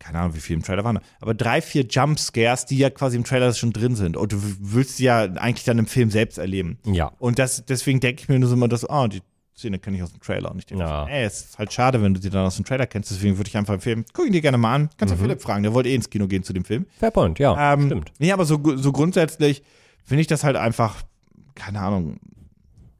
keine Ahnung, wie viel im Trailer waren, da, aber drei, vier Jumpscares, die ja quasi im Trailer schon drin sind. Und du w- willst sie ja eigentlich dann im Film selbst erleben.
Ja.
Und das, deswegen denke ich mir nur so immer, dass, oh, die Szene kenne ich aus dem Trailer. Und ich denke,
Ja.
so, ey, es ist halt schade, wenn du die dann aus dem Trailer kennst. Deswegen würde ich einfach empfehlen, guck ihn dir gerne mal an. Kannst ja Philipp fragen, der wollte eh ins Kino gehen zu dem Film.
Fair point, ja.
Ähm,
stimmt.
Nee, aber so, gu- so grundsätzlich finde ich das halt einfach, keine Ahnung.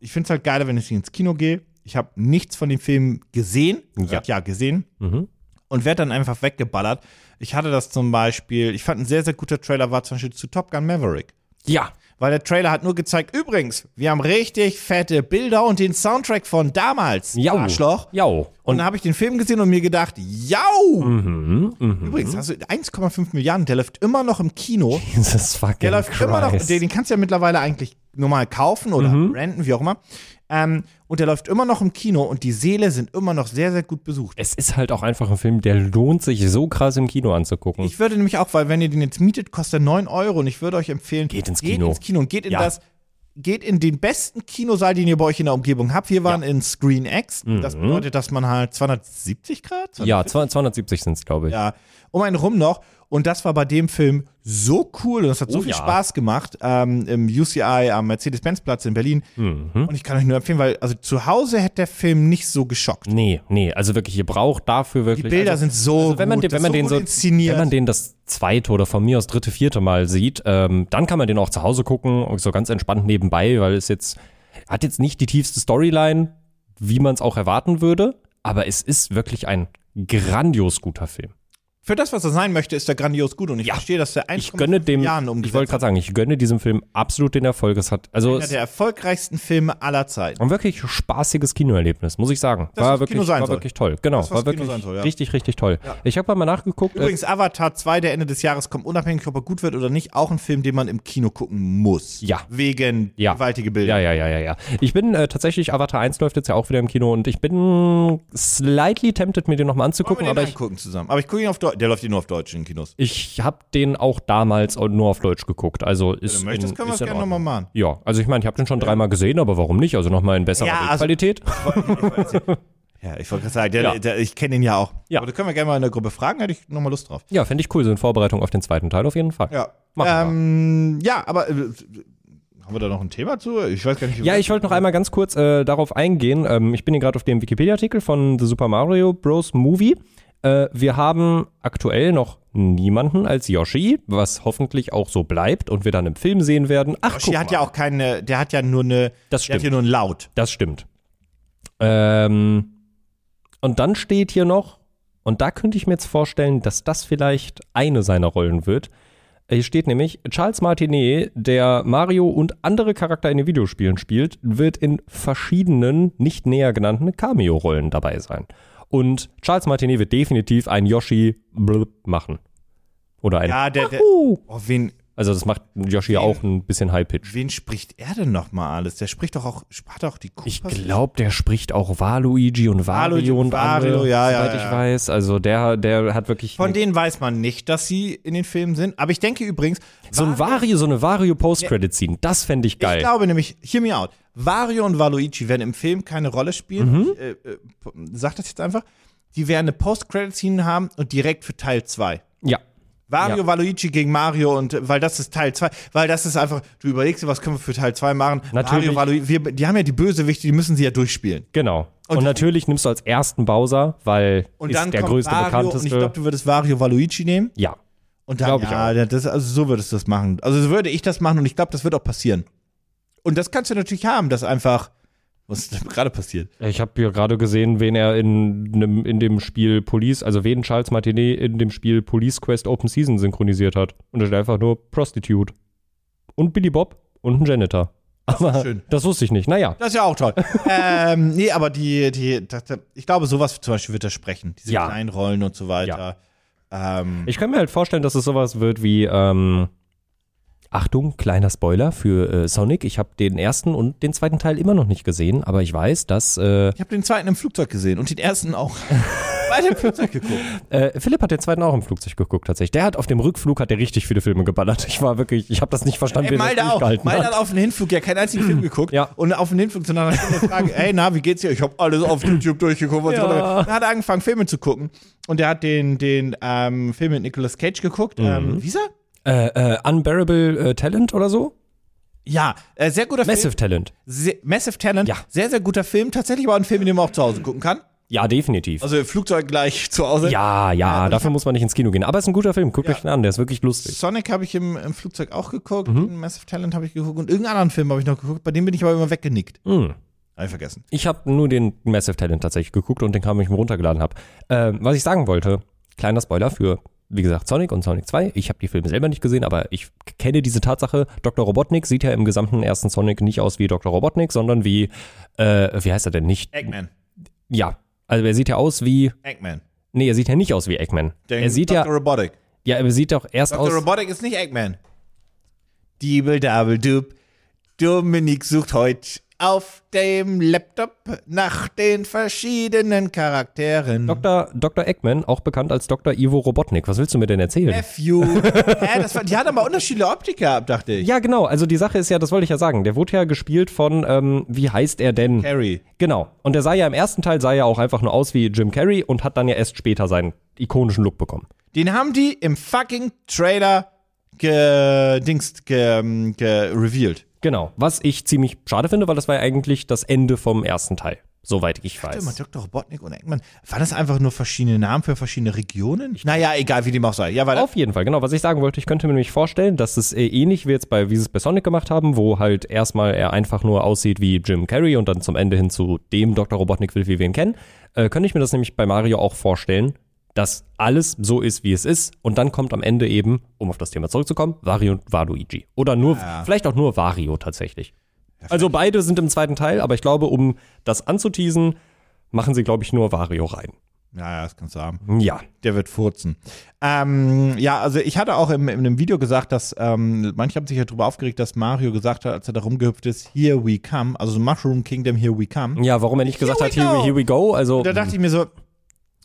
Ich finde es halt geiler, wenn ich ins Kino gehe. Ich habe nichts von dem Film gesehen. Äh, Ja, ja gesehen.
Mhm.
Und werde dann einfach weggeballert. Ich hatte das zum Beispiel, ich fand ein sehr, sehr guter Trailer war zum Beispiel zu Top Gun Maverick.
Ja.
Weil der Trailer hat nur gezeigt, übrigens, wir haben richtig fette Bilder und den Soundtrack von damals,
Jau.
Arschloch.
Jau. *laughs*
Und
Und
dann habe ich den Film gesehen und mir gedacht, jau!
mhm. Mhm.
Übrigens, also 1,5 Milliarden, der läuft immer noch im Kino.
Jesus fucking
Der läuft
Christ. Mhm.
immer noch, den, den kannst du ja mittlerweile eigentlich normal kaufen oder renten, wie auch immer. Ähm, und der läuft immer noch im Kino und die Seele sind immer noch sehr, sehr gut besucht.
es ist halt auch einfach ein Film, der lohnt sich so krass im Kino anzugucken.
Ich würde nämlich auch, weil wenn ihr den jetzt mietet, kostet er 9 Euro und ich würde euch empfehlen,
Geht ins
geht
Kino.
ins Kino und geht in
Ja.
das, geht in den besten Kinosaal, den ihr bei euch in der Umgebung habt. Wir waren in Screen X. Das
Mhm.
bedeutet, dass man halt 270 Grad?
ja, 270 sind es, glaube ich.
ja, um einen rum noch. Und das war bei dem Film so cool und es hat so
Oh
viel
ja.
Spaß gemacht ähm, im UCI am Mercedes-Benz-Platz in Berlin.
Mhm.
Und ich kann euch nur empfehlen, weil also zu Hause hätte der Film nicht so geschockt.
Nee, nee, also wirklich, ihr braucht dafür wirklich.
Die Bilder
also,
sind so
Also wenn man,
gut,
den,
das
wenn man
ist so
den
gut
so,
inszeniert.
wenn man den das zweite oder von mir aus dritte, vierte Mal sieht, ähm, dann kann man den auch zu Hause gucken, so ganz entspannt nebenbei, weil es jetzt hat jetzt nicht die tiefste Storyline, wie man es auch erwarten würde, aber es ist wirklich ein grandios guter Film.
Für das, was er sein möchte, ist er grandios gut und ich verstehe, dass der
Ich gönne dem,
Jahren
ich wollte
umgesetzt
gerade sagen, ich gönne diesem Film absolut den Erfolg. Es hat also
einer
es
der erfolgreichsten Filme aller Zeiten.
war ein wirklich spaßiges Kinoerlebnis, muss ich sagen.
Das, was
war
Kino
wirklich,
sein
war
soll.
wirklich toll. Genau,
Das, was
war
Kino
wirklich
sein soll, ja.
richtig, richtig toll. Ich habe mal nachgeguckt. äh,
Übrigens, Avatar 2, der Ende des Jahres kommt, unabhängig, ob er gut wird oder nicht, auch ein Film, den man im Kino gucken muss.
Ja.
Wegen
Ja.
gewaltige Bilder.
Ja, ja, ja, ja, ja. Ich bin äh, tatsächlich, Avatar 1 läuft jetzt ja auch wieder im Kino und ich bin slightly tempted, mir den nochmal
Gucken,
anzugucken,
wir den
aber ich,
angucken zusammen. Aber ich gucke ihn auf Deutsch. Der läuft hier nur auf Deutsch in den Kinos.
ich habe den auch damals auch nur auf Deutsch geguckt. Also ist
Wenn du möchtest,
in,
können wir es
ist in
gerne
Ordnung.
nochmal machen.
Ja, also ich meine, ich habe den schon dreimal gesehen, aber warum nicht? Also nochmal in besserer
Ja, also-
Bildqualität.
*laughs* Ja, ich wollte gerade sagen, der,
Ja.
der, ich kenne ihn ja auch.
Ja.
Aber da können wir gerne mal in der Gruppe fragen, hätte ich nochmal Lust drauf.
ja, fände ich cool, so in Vorbereitung auf den zweiten Teil auf jeden Fall.
Ja. ähm,
Machen
ja, aber äh, haben wir da noch ein Thema zu? Ich weiß gar nicht. wie
Ja,
wir-
ich wollte noch einmal ganz kurz äh, darauf eingehen. Ähm, ich bin hier gerade auf dem Wikipedia-Artikel von The Super Mario Bros. Movie. Äh, wir haben aktuell noch niemanden als Yoshi, was hoffentlich auch so bleibt und wir dann im Film sehen werden. Ach,
Yoshi
guck
hat
mal.
ja auch keine, der hat ja nur eine,
Das
der hat
stimmt.
ja nur ein Laut.
Das stimmt. Ähm, und dann steht hier noch, und da könnte ich mir jetzt vorstellen, dass das vielleicht eine seiner Rollen wird. Hier steht nämlich, Charles Martinet, der Mario und andere Charakter in den Videospielen spielt, wird in verschiedenen, nicht näher genannten Cameo-Rollen dabei sein. Und Charles Martinet wird definitiv ein Yoshi blub machen. Oder ein
Ja, der, der
Wahoo.
oh, wen,
Also das macht Yoshi ja auch ein bisschen High-Pitch.
Wen spricht er denn nochmal alles? Der spricht doch auch, hat auch die Koopas.
Ich glaube, der spricht auch Waluigi und
Waluigi
Wario
und
und andere,
Wario, ja, ja,
soweit
ja.
ich weiß. Also der, der hat wirklich
Von
eine-
denen weiß man nicht, dass sie in den Filmen sind. Aber ich denke übrigens,
so ein Wario, so eine Wario Post-Credit-Scene. Das fände ich
Ich
geil.
glaube nämlich, hear me out, Wario und Waluigi werden im Film keine Rolle spielen.
Mhm.
Ich, äh, äh, p- sag das jetzt einfach. Die werden eine Post-Credit-Scene haben und direkt für Teil 2.
ja.
Wario,
Ja.
Waluigi gegen Mario und äh, weil das ist Teil 2, weil das ist einfach, du überlegst dir, was können wir für Teil 2 machen.
Natürlich.
Mario, Waluigi, wir, die haben ja die Bösewichte, die müssen sie ja durchspielen.
Genau. Und,
Und-
natürlich nimmst du als ersten Bowser, weil
Und
ist
dann
der
kommt
größte,
Wario und
bekannteste.
ich glaube, du würdest Wario, Waluigi nehmen
ja.
und dann,
Glaub ich
ja, das, also so würdest du das machen. Also so würde ich das machen und ich glaube, das wird auch passieren. Und das kannst du natürlich haben, dass einfach, was ist denn gerade passiert?
Ich habe ja gerade gesehen, wen er in, nem- in dem Spiel Police, also wen Charles Martinet in dem Spiel Police Quest Open Season synchronisiert hat. Und da steht einfach nur Prostitute. Und Billy Bob und ein Janitor. Aber
schön.
das wusste ich nicht. Naja.
Das ist ja auch
*laughs*
toll. ähm, nee, aber die, die, das, das- ich glaube, sowas zum Beispiel wird er sprechen. Diese
Ja.
kleinen Rollen und so weiter. Ähm,
Ich kann mir halt vorstellen, dass es sowas wird wie, ähm, Achtung, kleiner Spoiler für äh, Sonic. Ich habe den ersten und den zweiten Teil immer noch nicht gesehen, aber ich weiß, dass äh,
ich habe den zweiten im Flugzeug gesehen und den ersten
*laughs*
auch. Beide im Flugzeug geguckt.
Äh, Philipp hat den zweiten auch im Flugzeug geguckt, tatsächlich. Der hat auf dem Rückflug hat der richtig viele Filme geballert. Ich war wirklich, ich habe das nicht verstanden,
Ey,
wer
Malda
das
auch.
durchgehalten
Malda
hat.
hat auf den Hinflug ja keinen einzigen
*clears throat*
Film geguckt.
Ja.
Und auf den Hinflug zu einer Stunde fragen, ey, na, wie geht's dir? Ich habe alles auf YouTube durchgeguckt. was
Ja.
runtergekommen. Dann hat er angefangen, Filme zu gucken. Und er hat den, den ähm, Film mit Nicolas Cage geguckt.
Mhm.
Ähm, wie ist er?
Äh, äh, Unbearable äh, Talent oder so?
Ja, äh, sehr guter Film.
Massive Talent.
Sehr, Massive Talent.
Ja.
Sehr, sehr guter Film. Tatsächlich aber ein Film, den man auch zu Hause gucken kann.
Ja, definitiv.
Also Flugzeug gleich *laughs* zu Hause.
ja, ja, dafür muss man nicht ins Kino gehen. Aber es ist ein guter Film. Guckt euch den an, der ist wirklich lustig.
Sonic habe ich im, im Flugzeug auch geguckt,
Mhm.
Massive Talent habe ich geguckt und irgendeinen anderen Film habe ich noch geguckt, bei dem bin ich aber immer weggenickt.
Mhm.
Habe ich vergessen.
Ich habe nur den Massive Talent tatsächlich geguckt und den kam ich mir runtergeladen habe. Ähm, was ich sagen wollte, kleiner Spoiler für, wie gesagt, Sonic und Sonic 2. Ich habe die Filme selber nicht gesehen, aber ich k- kenne diese Tatsache. Dr. Robotnik sieht ja im gesamten ersten Sonic nicht aus wie Dr. Robotnik, sondern wie, äh, wie heißt er denn nicht?
Eggman.
Ja, also er sieht ja aus wie,
Eggman.
nee, er sieht ja nicht aus wie Eggman.
Den
er sieht
Dr.
ja,
Robotic.
ja, er sieht doch erst
Dr.
aus.
Robotic ist nicht Eggman. Diebel Double Doop. Dominik sucht heute auf dem Laptop nach den verschiedenen Charakteren.
Dr. Dr. Eggman, auch bekannt als Dr. Ivo Robotnik. Was willst du mir denn erzählen?
F you.
*laughs*
Hä, das war, die hatten aber unterschiedliche Optik gehabt, dachte ich.
ja, genau. Also die Sache ist ja, das wollte ich ja sagen. Der wurde ja gespielt von, ähm, wie heißt er denn?
Carrie.
Genau. Und der sah ja im ersten Teil sah ja auch einfach nur aus wie Jim Carrey und hat dann ja erst später seinen ikonischen Look bekommen.
Den haben die im fucking Trailer gedingst, ge, ähm, ge revealed.
Genau. Was ich ziemlich schade finde, weil das war ja eigentlich das Ende vom ersten Teil, soweit ich
Warte mal,
weiß.
Dr. Robotnik und Eggman. Waren das einfach nur verschiedene Namen für verschiedene Regionen? Naja, egal, wie dem auch sei. Ja, weil
Auf jeden Fall, genau. Was ich sagen wollte, ich könnte mir nämlich vorstellen, dass es äh, ähnlich wie jetzt bei, wie sie es bei Sonic gemacht haben, wo halt erstmal er einfach nur aussieht wie Jim Carrey und dann zum Ende hin zu dem Dr. Robotnik will, wie wir ihn kennen, äh, könnte ich mir das nämlich bei Mario auch vorstellen, dass alles so ist, wie es ist und dann kommt am Ende eben, um auf das Thema zurückzukommen, Wario und Waluigi. Oder nur, vielleicht auch nur Wario tatsächlich. Also beide sind im zweiten Teil, aber ich glaube, um das anzuteasen, machen sie, glaube ich, nur Wario rein.
ja, ja, das kannst du haben.
Ja.
Der wird furzen. Ähm, ja, also ich hatte auch in, in einem Video gesagt, dass ähm, manche haben sich ja darüber aufgeregt, dass Mario gesagt hat, als er da rumgehüpft ist, Here we come, also Mushroom Kingdom, here we come.
Ja, warum er nicht gesagt
Here
hat,
we
here we,
go.
here we go, also...
Und da dachte ich mir so,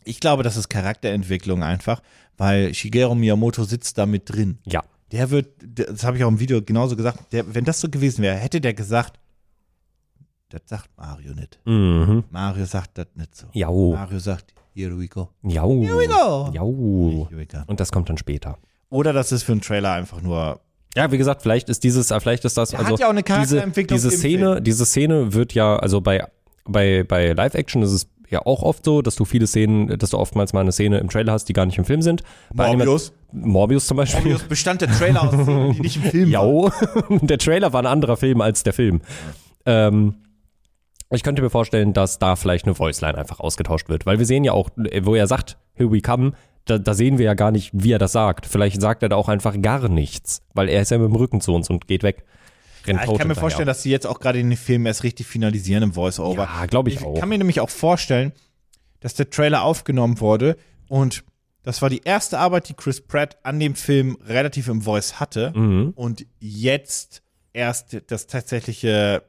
ich glaube, das ist Charakterentwicklung einfach, weil Shigeru Miyamoto sitzt da mit drin.
Ja.
Der wird, das habe ich auch im Video genauso gesagt, der, wenn das so gewesen wäre, hätte der gesagt, das sagt Mario nicht.
Mhm.
Mario sagt das nicht so.
Jau.
Mario sagt, here we go.
Jau. Here we
go.
Jau.
Here we go.
Und das kommt dann später.
Oder das ist für einen Trailer einfach nur.
Ja, wie gesagt, vielleicht ist dieses, äh, vielleicht ist das,
Der
also
hat ja auch eine
diese,
Charakterentwicklung
diese
im
Szene, diese Szene wird ja, also bei, bei, bei Live-Action ist es ja auch oft so, dass du viele Szenen, dass du oftmals mal eine Szene im Trailer hast, die gar nicht im Film sind. Bei Anima-
Morbius.
Morbius zum Beispiel.
Morbius bestand der Trailer aus Szenen, die *laughs* nicht im Film waren.
Jau. *laughs* der Trailer war ein anderer Film als der Film. Ähm, ich könnte mir vorstellen, dass da vielleicht eine Voiceline einfach ausgetauscht wird, weil wir sehen ja auch, äh, wo er sagt, here we come, da, da sehen wir ja gar nicht, wie er das sagt. Vielleicht sagt er da auch einfach gar nichts, weil er ist ja mit dem Rücken zu uns und geht weg. Rennt
Ja, Ah, ich
tot
kann mir
hinterher.
vorstellen, dass sie jetzt auch gerade in den Film erst richtig finalisieren im Voice-Over.
Ja, glaube ich, auch.
kann mir nämlich auch vorstellen, dass der Trailer aufgenommen wurde und Das war die erste Arbeit, die Chris Pratt an dem Film relativ im Voice hatte.
Mhm.
Und jetzt erst das tatsächliche,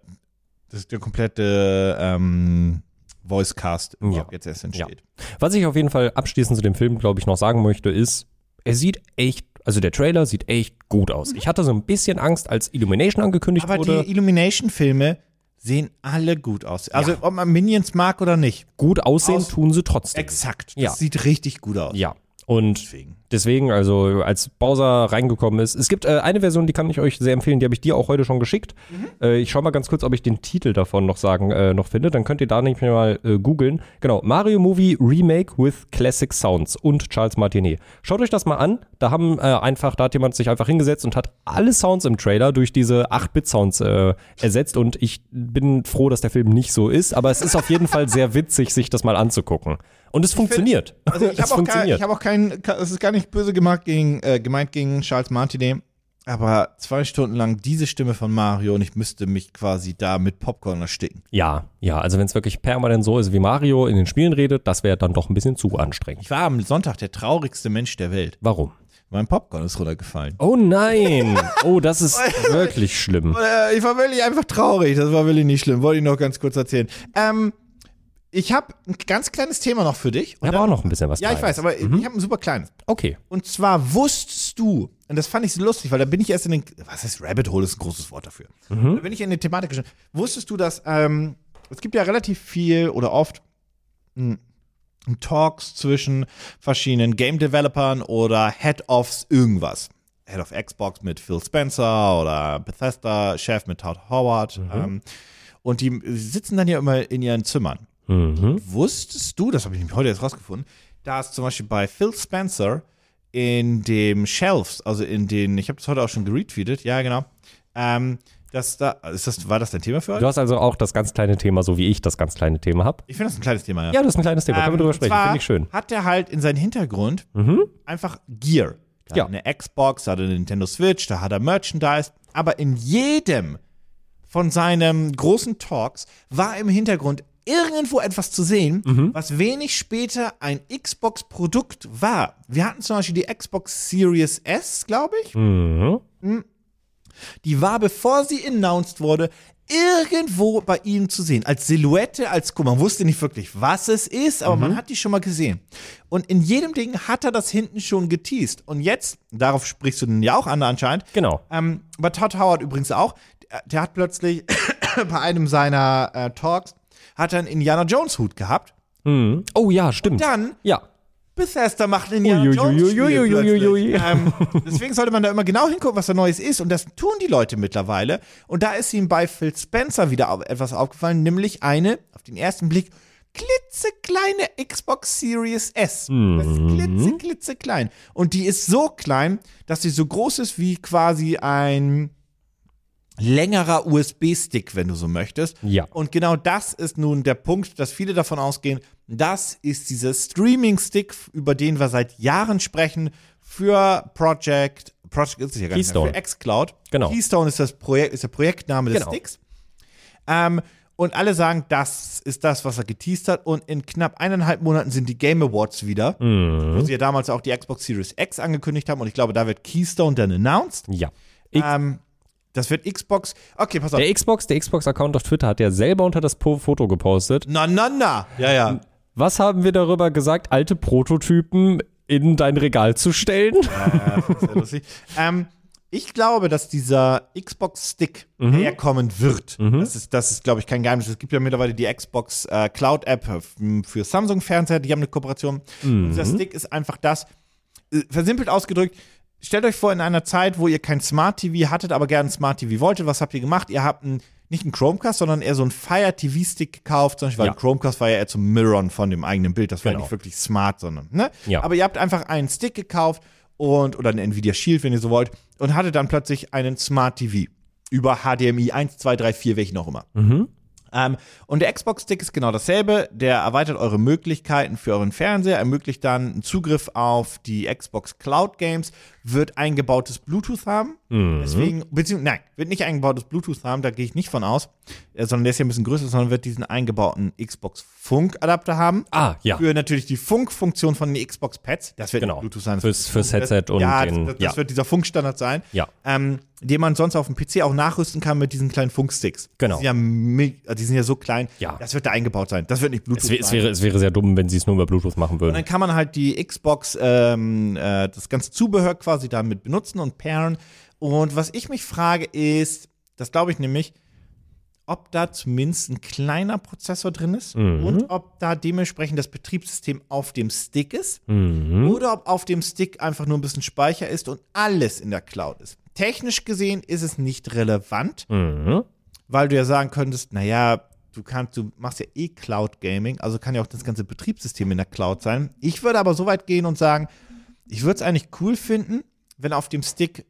das, der komplette ähm, Voicecast überhaupt jetzt erst entsteht.
Was ich auf jeden Fall abschließend zu dem Film, glaube ich, noch sagen möchte, ist, er sieht echt, also der Trailer sieht echt gut aus. Ich hatte so ein bisschen Angst, als Illumination angekündigt
Aber
wurde.
die Illumination-Filme sehen alle gut aus. Also ob man Minions mag oder nicht.
Gut aussehen
aus-
tun sie trotzdem.
Exakt. Das
Ja.
sieht richtig gut aus.
ja. Und
Deswegen.
Deswegen, also als Bowser reingekommen ist. Es gibt äh, eine Version, die kann ich euch sehr empfehlen, die habe ich dir auch heute schon geschickt.
Mhm.
Äh, ich schaue mal ganz kurz, ob ich den Titel davon noch sagen, äh, noch finde. Dann könnt ihr da nämlich mal äh, googeln. Genau, Mario Movie Remake with Classic Sounds und Charles Martinet. Schaut euch das mal an. Da haben äh, einfach, da hat jemand sich einfach hingesetzt und hat alle Sounds im Trailer durch diese 8-Bit-Sounds äh, ersetzt. Und ich bin froh, dass der Film nicht so ist, aber es ist auf jeden Fall sehr witzig, sich das mal anzugucken. Und es funktioniert.
Also
*laughs*
ich
es
habe auch, kein,
funktioniert.
ich hab auch keinen, ka- es ist gar nicht böse gemacht gegen, äh, gemeint gegen Charles Martinet, aber zwei Stunden lang diese Stimme von Mario und ich müsste mich quasi da mit Popcorn ersticken.
Ja, ja, also wenn es wirklich permanent so ist, wie Mario in den Spielen redet, das wäre dann doch ein bisschen zu anstrengend.
Ich war am Sonntag der traurigste Mensch der Welt.
Warum?
Mein Popcorn ist runtergefallen.
Oh nein! Oh, das ist wirklich schlimm.
Äh, ich war wirklich einfach traurig. Das war wirklich nicht schlimm. Wollte ich noch ganz kurz erzählen. Ähm, ich habe ein ganz kleines Thema noch für dich.
Ich habe auch noch ein bisschen was
Ja, ich
Kleines. Mhm.
weiß, aber ich habe ein super kleines.
Okay.
Und zwar wusstest du, und das fand ich so lustig, weil da bin ich erst in den, was heißt Rabbit Hole, ist ein großes Wort dafür. Da bin ich in die Thematik gestiegen. Wusstest du, dass, ähm, es gibt ja relativ viel oder oft mh, Talks zwischen verschiedenen Game Developern oder Head-Offs irgendwas. Head of Xbox mit Phil Spencer oder Bethesda-Chef mit Todd Howard. Ähm, und die sitzen dann ja immer in ihren Zimmern.
Mhm.
Wusstest du, das habe ich nämlich heute erst rausgefunden, dass zum Beispiel bei Phil Spencer in dem Shelves, also in den, ich habe das heute auch schon geretweetet, ja genau, ähm, dass da, ist das, war das dein Thema für
Du
heute?
hast also auch das ganz kleine Thema, so wie ich das ganz kleine Thema habe.
Ich finde das ein kleines Thema, ja.
Ja, das ist ein kleines Thema. Können wir drüber
und
sprechen?
Ähm, zwar
Finde ich schön. Mhm.
Hat er halt in seinem Hintergrund einfach Gear. Da
Ja.
hat er eine Xbox, da hat er eine Nintendo Switch, da hat er Merchandise. Aber in jedem von seinen großen Talks war im Hintergrund irgendwo etwas zu sehen, was wenig später ein Xbox-Produkt war. Wir hatten zum Beispiel die Xbox Series S, glaube ich. Hm.
Mhm.
Die war, bevor sie announced wurde, irgendwo bei ihm zu sehen. Als Silhouette, als, guck, man wusste nicht wirklich, was es ist, aber man hat die schon mal gesehen. Und in jedem Ding hat er das hinten schon geteased. Und jetzt, darauf sprichst du denn ja auch an anscheinend,
Genau.
ähm, aber Todd Howard übrigens auch, der, der hat plötzlich *coughs* bei einem seiner äh, Talks, hat er einen Indiana Jones Hut gehabt.
Mhm. Oh ja, stimmt.
Dann
Ja.
Bethesda macht einen Indiana
Uiuiui,
Jones Spiel
uiuiui.
plötzlich. ähm, Deswegen sollte man da immer genau hingucken, was da Neues ist. Und das tun die Leute mittlerweile. Und da ist ihm bei Phil Spencer wieder au- etwas aufgefallen, nämlich eine, auf den ersten Blick, klitzekleine Xbox Series S. Das ist
Mhm.
klitze, klitzeklein. Und die ist so klein, dass sie so groß ist wie quasi ein längerer USB-Stick, wenn du so möchtest.
Ja.
Und genau das ist nun der Punkt, dass viele davon ausgehen, das ist dieser Streaming-Stick, über den wir seit Jahren sprechen, für Project, Project ist es ja gar nicht
Keystone.
mehr, für xCloud.
Genau.
Keystone ist, das Projekt, ist der Projektname des
Genau.
Sticks. Ähm, und alle sagen, das ist das, was er geteased hat. Und in knapp eineinhalb Monaten sind die Game Awards wieder,
Mhm.
wo sie ja damals auch die Xbox Series X angekündigt haben. Und ich glaube, da wird Keystone dann announced.
Ja.
Ähm, das wird Xbox. Okay, pass auf.
Der Xbox, der Xbox-Account auf Twitter hat ja selber unter das Po- Foto gepostet.
Na, na, na. Ja, ja.
Was haben wir darüber gesagt, alte Prototypen in dein Regal zu stellen?
Sehr lustig. ähm, ich glaube, dass dieser Xbox-Stick herkommen wird. Das ist, das ist glaube ich, kein Geheimnis. Es gibt ja mittlerweile die Xbox äh, Cloud-App f- für Samsung-Fernseher, die haben eine Kooperation. Und dieser Stick ist einfach das, äh, versimpelt ausgedrückt, stellt euch vor, in einer Zeit, wo ihr kein Smart TV hattet, aber gerne ein Smart TV wolltet, was habt ihr gemacht? Ihr habt einen, nicht einen Chromecast, sondern eher so einen Fire TV Stick gekauft, zum Beispiel, weil
Ja.
ein Chromecast war ja eher zum Mirrorn von dem eigenen Bild. Das war
Genau.
nicht wirklich smart, sondern, ne?
Ja.
Aber ihr habt einfach einen Stick gekauft und, oder einen Nvidia Shield, wenn ihr so wollt, und hattet dann plötzlich einen Smart TV über HDMI 1, 2, 3, 4, welchen auch immer. Ähm, und der Xbox-Stick ist genau dasselbe. Der erweitert eure Möglichkeiten für euren Fernseher, ermöglicht dann einen Zugriff auf die Xbox Cloud Games, wird eingebautes Bluetooth haben.
Mhm.
Deswegen, beziehungsweise, nein, wird nicht eingebautes Bluetooth haben, da gehe ich nicht von aus, äh, sondern der ist ja ein bisschen größer, sondern wird diesen eingebauten Xbox Funk-Adapter haben.
Ah, ja.
Für natürlich die Funkfunktion von den Xbox Pads. Das wird
Genau.
nicht Bluetooth sein. das
Fürs-
wird
fürs
Funk-
Headset und
ja,
den-
das, das
ja.
wird dieser Funkstandard sein.
Ja.
Ähm, den man sonst auf dem PC auch nachrüsten kann mit diesen kleinen Funksticks.
Genau.
Die sind ja, mi- also die sind ja so klein.
Ja.
Das wird da eingebaut sein. Das wird nicht Bluetooth
Es, wär- es,
sein.
wäre, es wäre sehr dumm, wenn sie es nur über Bluetooth machen
Und
würden.
dann kann man halt die Xbox, ähm, äh, das ganze Zubehör quasi damit benutzen und pairen. Und was ich mich frage ist, das glaube ich nämlich, ob da zumindest ein kleiner Prozessor drin ist und ob da dementsprechend das Betriebssystem auf dem Stick ist oder ob auf dem Stick einfach nur ein bisschen Speicher ist und alles in der Cloud ist. Technisch gesehen ist es nicht relevant,
Mhm.
weil du ja sagen könntest, naja, du kannst, du machst ja eh Cloud Gaming, also kann ja auch das ganze Betriebssystem in der Cloud sein. Ich würde aber so weit gehen und sagen, ich würde es eigentlich cool finden, wenn auf dem Stick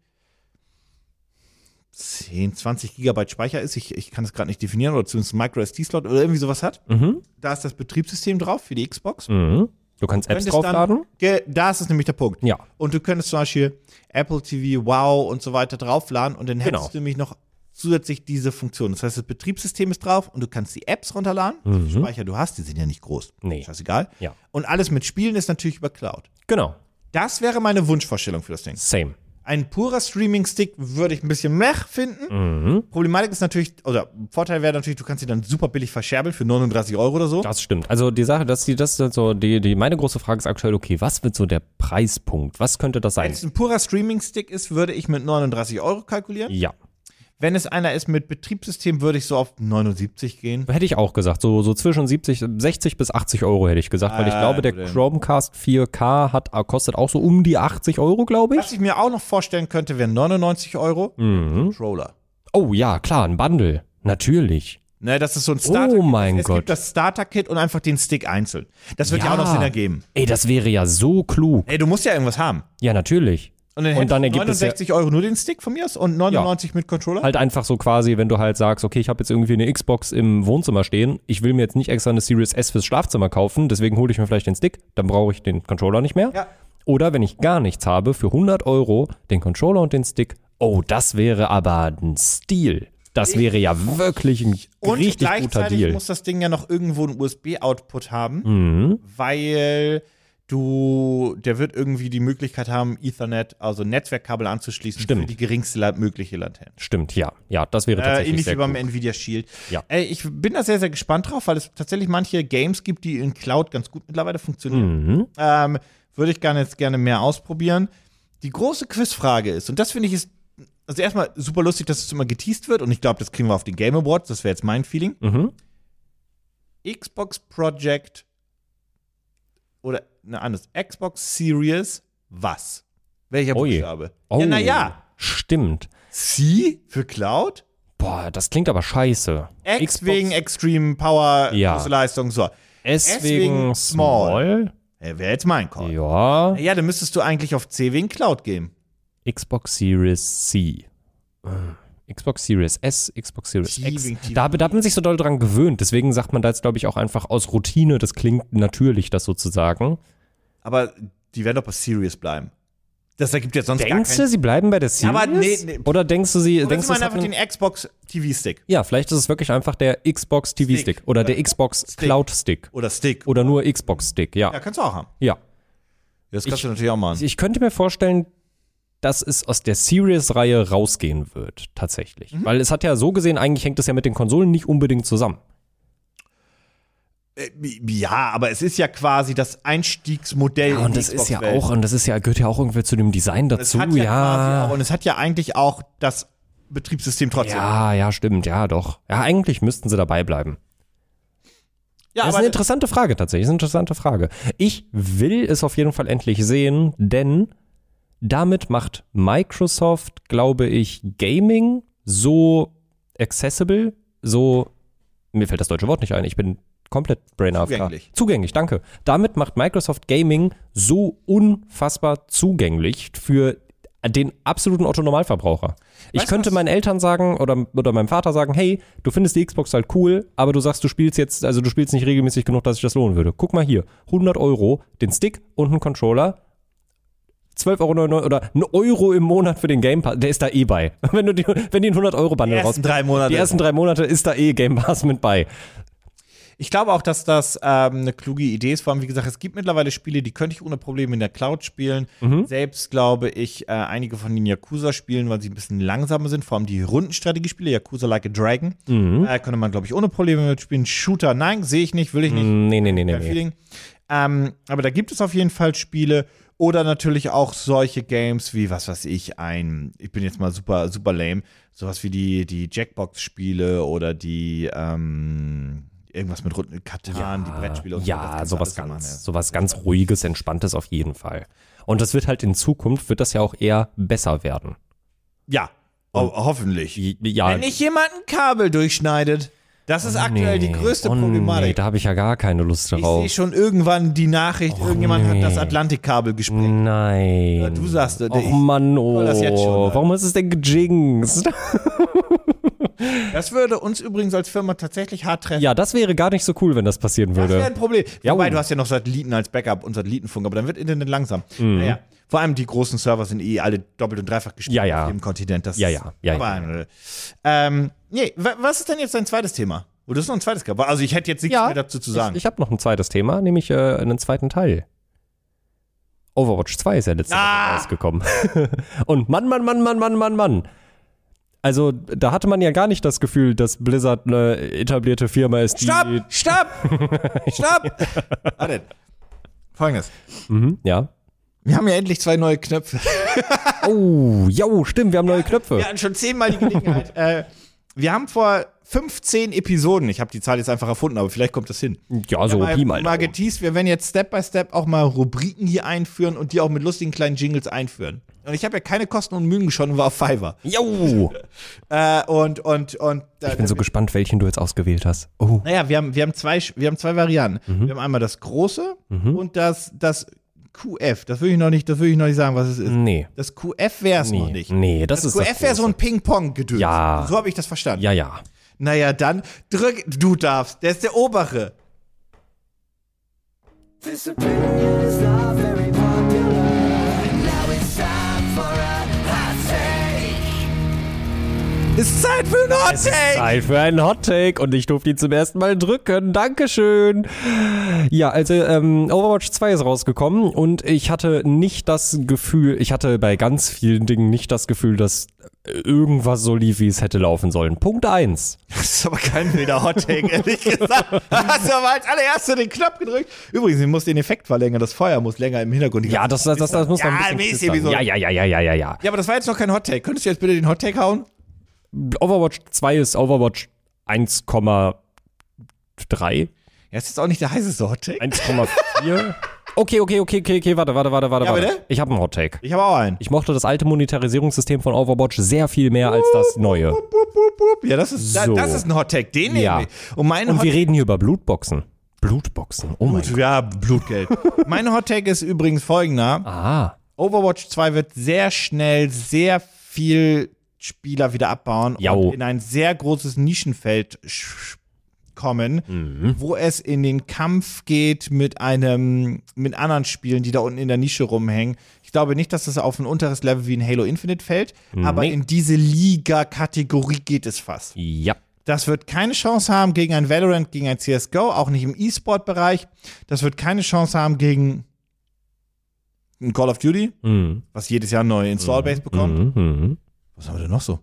10, 20 Gigabyte Speicher ist, ich, ich kann es gerade nicht definieren, oder zumindest einen MicroSD-Slot oder irgendwie sowas hat.
Mhm.
Da ist das Betriebssystem drauf für die Xbox.
Mhm. Du kannst Apps
Könntest dann-
draufladen?
Ge- Da ist es nämlich der Punkt.
Ja.
Und du könntest zum Beispiel Apple TV, Wow und so weiter draufladen und dann hättest
Genau.
du nämlich noch zusätzlich diese Funktion. Das heißt, das Betriebssystem ist drauf und du kannst die Apps runterladen. Die Speicher, du hast, die sind ja nicht groß.
Mhm. Nee.
Scheißegal.
Ja.
Und alles mit Spielen ist natürlich über Cloud.
Genau.
Das wäre meine Wunschvorstellung für das Ding.
Same.
Ein purer Streaming-Stick würde ich ein bisschen meh finden.
Mhm.
Problematik ist natürlich, oder Vorteil wäre natürlich, du kannst sie dann super billig verscherbeln für 39 Euro oder so.
Das stimmt. Also die Sache, dass die, das ist so, die, die, meine große Frage ist aktuell, okay, was wird so der Preispunkt? Was könnte das
Wenn
sein?
es ein purer Streaming-Stick ist, würde ich mit 39 Euro kalkulieren.
Ja.
Wenn es einer ist mit Betriebssystem, würde ich so auf 79 gehen.
Hätte ich auch gesagt. So, so zwischen 70, 60 bis 80 Euro hätte ich gesagt, weil ich
Ah,
glaube, der
Problem.
Chromecast 4K hat, kostet auch so um die 80 Euro, glaube ich.
Was ich mir auch noch vorstellen könnte, wären 99 Euro
Mhm.
Controller.
Oh ja, klar, ein Bundle. Natürlich.
Ne, das ist so ein Starter.
Oh mein
es
Gott.
gibt das Starter-Kit und einfach den Stick einzeln. Das wird ja, auch noch Sinn ergeben.
Ey, das wäre ja so klug.
Ey, du musst ja irgendwas haben.
Ja, natürlich.
Und dann,
Und
hättest
dann
du
ergibt es ja-
69 Euro nur den Stick von mir aus und 99 mit Controller.
Halt einfach so quasi, wenn du halt sagst, okay, ich habe jetzt irgendwie eine Xbox im Wohnzimmer stehen, ich will mir jetzt nicht extra eine Series S fürs Schlafzimmer kaufen, deswegen hole ich mir vielleicht den Stick, dann brauche ich den Controller nicht mehr.
Ja.
Oder wenn ich gar nichts habe, für 100 Euro den Controller und den Stick. Oh, das wäre aber ein Stil. Das wäre ja wirklich ein
Und
richtig guter
gleichzeitig
Deal.
muss das Ding ja noch irgendwo einen USB-Output haben,
Mhm.
weil du, der wird irgendwie die Möglichkeit haben, Ethernet, also Netzwerkkabel anzuschließen
Stimmt.
für die geringste la- mögliche Latenz.
Stimmt, ja. Ja, das wäre
Äh,
tatsächlich
ähnlich wie
sehr
beim
gut.
Nvidia Shield.
Ja.
Äh, ich bin da sehr, sehr gespannt drauf, weil es tatsächlich manche Games gibt, die in Cloud ganz gut mittlerweile funktionieren.
Mhm.
Ähm, Würde ich gerne jetzt gerne mehr ausprobieren. Die große Quizfrage ist, und das finde ich ist, also erstmal super lustig, dass es immer geteased wird, und ich glaube, das kriegen wir auf den Game Awards, das wäre jetzt mein Feeling.
Mhm.
Xbox Project oder ne, anders, Xbox Series was? Welcher
Oh je.
Buchstabe?
Oh,
Ja, naja,
Stimmt.
C für Cloud?
Boah, das klingt aber scheiße.
X
Xbox
wegen Extreme Power,
Ja.
große Leistung, so.
S
S
wegen
wegen
Small.
small. Äh, Wäre jetzt mein Call. Ja.
Ja.
ja, dann müsstest du eigentlich auf C wegen Cloud gehen.
Xbox Series C. Äh, Xbox Series S, Xbox Series
T
X.
wegen TV.
Da, da hat man sich so doll dran gewöhnt. Deswegen sagt man da jetzt, glaube ich, auch einfach aus Routine. Das klingt natürlich, das sozusagen.
Aber die werden doch bei Serious bleiben. Das ergibt jetzt sonst gar
Denkst du,
keinen
sie bleiben bei der Series?
aber nee, nee.
Oder denkst du, sie.
Denkst
Denkst du, es
man
hat
einfach
einen,
den Xbox TV-Stick
ja, vielleicht ist es wirklich einfach der Xbox TV Stick
Stick.
oder der Xbox Cloud Stick.
oder Stick.
Oder nur Xbox Stick,
Ja,
ja.
kannst du auch haben.
Ja.
Das kannst du natürlich auch machen.
Ich könnte mir vorstellen, dass es aus der Series-Reihe rausgehen wird, tatsächlich. Weil es hat ja so gesehen, eigentlich hängt es ja mit den Konsolen nicht unbedingt zusammen.
Äh, Ja, aber es ist ja quasi das Einstiegsmodell.
Ja,
in
und
die
das ist ja
Xbox-Welt.
auch, und das ist ja, gehört ja auch irgendwie zu dem Design
Es
dazu,
hat ja, Quasi auch,
ja.
und es hat ja eigentlich auch das Betriebssystem trotzdem.
Ja, ja, stimmt, ja, doch. Ja, eigentlich müssten sie dabei bleiben.
Ja,
das ist eine interessante Frage tatsächlich, das ist eine interessante Frage. Ich will es auf jeden Fall endlich sehen, denn damit macht Microsoft, glaube ich, Gaming so accessible, so mir fällt das deutsche Wort nicht ein, ich bin komplett brain AFK.
Zugänglich.
Zugänglich, danke. Damit macht Microsoft Gaming so unfassbar zugänglich für den absoluten Otto-Normalverbraucher. Ich
Weißt du
könnte
was?
meinen Eltern sagen oder, oder meinem Vater sagen, hey, du findest die Xbox halt cool, aber du sagst, du spielst jetzt, also du spielst nicht regelmäßig genug, dass ich das lohnen würde. Guck mal hier, 100 Euro, den Stick und einen Controller, 12,99 Euro oder ein Euro im Monat für den Game Pass, der ist da eh bei. *laughs* Wenn du die, wenn die einen 100 Euro
Die
Bundle
ersten
raus,
drei Monate.
die ersten drei Monate ist da eh Game Pass mit bei.
Ich glaube auch, dass das ähm, eine kluge Idee ist. Vor allem, wie gesagt, es gibt mittlerweile Spiele, die könnte ich ohne Probleme in der Cloud spielen. Selbst glaube ich, äh, einige von den Yakuza spielen, weil sie ein bisschen langsamer sind. Vor allem die Rundenstrategiespiele, Yakuza Like a Dragon, äh, könnte man, glaube ich, ohne Probleme mitspielen. Shooter, nein, sehe ich nicht, will ich nicht.
Mm, Nee, nee, nee, nee.
Kein
nee.
Feeling. Ähm, aber da gibt es auf jeden Fall Spiele oder natürlich auch solche Games wie, was weiß ich, ein, ich bin jetzt mal super, super lame, sowas wie die, die Jackbox-Spiele oder die, ähm, irgendwas mit runden Katan, die Brettspiele und so. das
Ja,
kannst du
sowas
alles so machen,
ganz,
ja.
sowas ganz ruhiges, entspanntes auf jeden Fall. Und das wird halt in Zukunft, wird das ja auch eher besser werden.
Ja, ho hoffentlich.
Ja,
Wenn nicht jemand ein Kabel durchschneidet, das ist aktuell die größte
oh Nee,
Problematik.
da habe ich ja gar keine Lust
ich sehe
drauf.
schon irgendwann die Nachricht, irgendjemand
Oh nee.
hat das Atlantikkabel gesprengt.
Nein.
Du sagst, äh,
Oh
ich,
Mann, oh.
das jetzt schon,
Warum ist es
*laughs*
denn gejinxt?
das würde uns übrigens als Firma tatsächlich hart treffen.
Ja, das wäre gar nicht so cool, wenn das passieren
Das wäre
würde.
ein Problem.
Ja,
Wobei,
oh.
du hast ja noch Satelliten als Backup und Satellitenfunk, aber dann wird Internet langsam.
Mhm.
Naja. Vor allem die großen Server sind eh alle doppelt und dreifach gespielt
Ja, ja.
auf dem Kontinent. Das
Ja, ja, ja,
aber, äh, Ähm, nee, wa- was ist denn jetzt dein zweites Thema? Oder das ist noch ein zweites gehabt? Also ich hätte jetzt nichts
Ja.
mehr dazu zu sagen.
Ich, ich habe noch ein zweites Thema, nämlich äh, einen zweiten Teil. Overwatch 2 ist ja letzte
Ah!
Woche rausgekommen. *laughs* Und Mann, Mann, Mann, Mann, Mann, Mann, Mann. Also, da hatte man ja gar nicht das Gefühl, dass Blizzard eine etablierte Firma ist, die.
stopp! Stopp!
*laughs*
stopp! Warte. Folgendes.
Mhm, ja.
Wir haben ja endlich zwei neue Knöpfe.
Oh, jo, stimmt, wir haben neue Knöpfe.
Wir hatten schon zehnmal die Gelegenheit. *laughs* äh, wir haben vor 15 Episoden, ich habe die Zahl jetzt einfach erfunden, aber vielleicht kommt das hin.
Ja, so
mal,
Pi mal.
mal
Daumen.
geteased, wir werden jetzt Step by Step auch mal Rubriken hier einführen und die auch mit lustigen kleinen Jingles einführen. Und ich habe ja keine Kosten und Mühen geschossen und war auf Fiverr.
Jo!
Äh, und, und, und. Äh, *laughs*
Ich bin so gespannt, welchen du jetzt ausgewählt hast. Oh.
naja, wir haben, wir haben zwei, Sch- wir haben zwei Varianten.
Mhm.
Wir haben einmal das große und das, das QF. Das will ich noch nicht, das will ich noch nicht sagen, was es ist.
Nee.
Das QF wäre es noch
Mhm. Nee,
nicht.
nee, das ist das
QF wäre so ein Ping-Pong-Gedöns.
Ja.
So habe ich das verstanden.
Ja, ja.
Naja, dann drück, du darfst, der ist der obere.
This opinion is not very popular. And now it's time for a hot take.
Ist Zeit für ein Hot Take!
Zeit für einen Hot Take und ich durfte ihn zum ersten Mal drücken. Dankeschön. Ja, also ähm, Overwatch 2 ist rausgekommen und ich hatte nicht das Gefühl, ich hatte bei ganz vielen Dingen nicht das Gefühl, dass irgendwas so lief, wie es hätte laufen sollen. Punkt 1.
Das ist aber kein wilder Hottake, ehrlich gesagt. Hast du aber als allererster den Knopf gedrückt. Übrigens, ich muss den Effekt verlängern. Das Feuer muss länger im Hintergrund. die
Ja,
ganze-
das, das, das, das muss man
Ja,
ein bisschen
mäßig
knistern.
wie so-
Ja, ja, ja, ja, ja, ja, ja.
ja, aber das war jetzt noch kein Hottake. Könntest du jetzt bitte den Hottake hauen?
Overwatch 2 ist Overwatch 1,3.
*laughs* Ja, ist jetzt auch nicht der heißeste Hottake.
1,4. Okay, okay, okay, okay, okay, warte, warte, warte, warte,
Ja,
warte.
bitte?
Ich habe einen Hot Take.
Ich habe auch einen.
Ich mochte das alte Monetarisierungssystem von Overwatch sehr viel mehr als das neue.
Bup, bup, bup. Ja, das ist, da-
So.
das ist ein Hottake. Den
Ja.
nehme ich. Und mein
Und wir
Hottake.
reden hier über Blutboxen. Blutboxen, oh mein Gott.
Ja, Blutgeld. mein Hottake ist übrigens folgender.
Ah,
Overwatch 2 wird sehr schnell sehr viel Spieler wieder abbauen
Jau.
und in ein sehr großes Nischenfeld sch- kommen, wo es in den Kampf geht mit einem mit anderen Spielen, die da unten in der Nische rumhängen. Ich glaube nicht, dass das auf ein unteres Level wie in Halo Infinite fällt, aber in diese Liga-Kategorie geht es fast.
ja.
Das wird keine Chance haben gegen ein Valorant, gegen ein CSGO, auch nicht im E-Sport-Bereich. Das wird keine Chance haben gegen ein Call of Duty,
Mhm.
was jedes Jahr eine neue Installbase bekommt.
Mhm. Mhm.
Was haben wir denn noch so?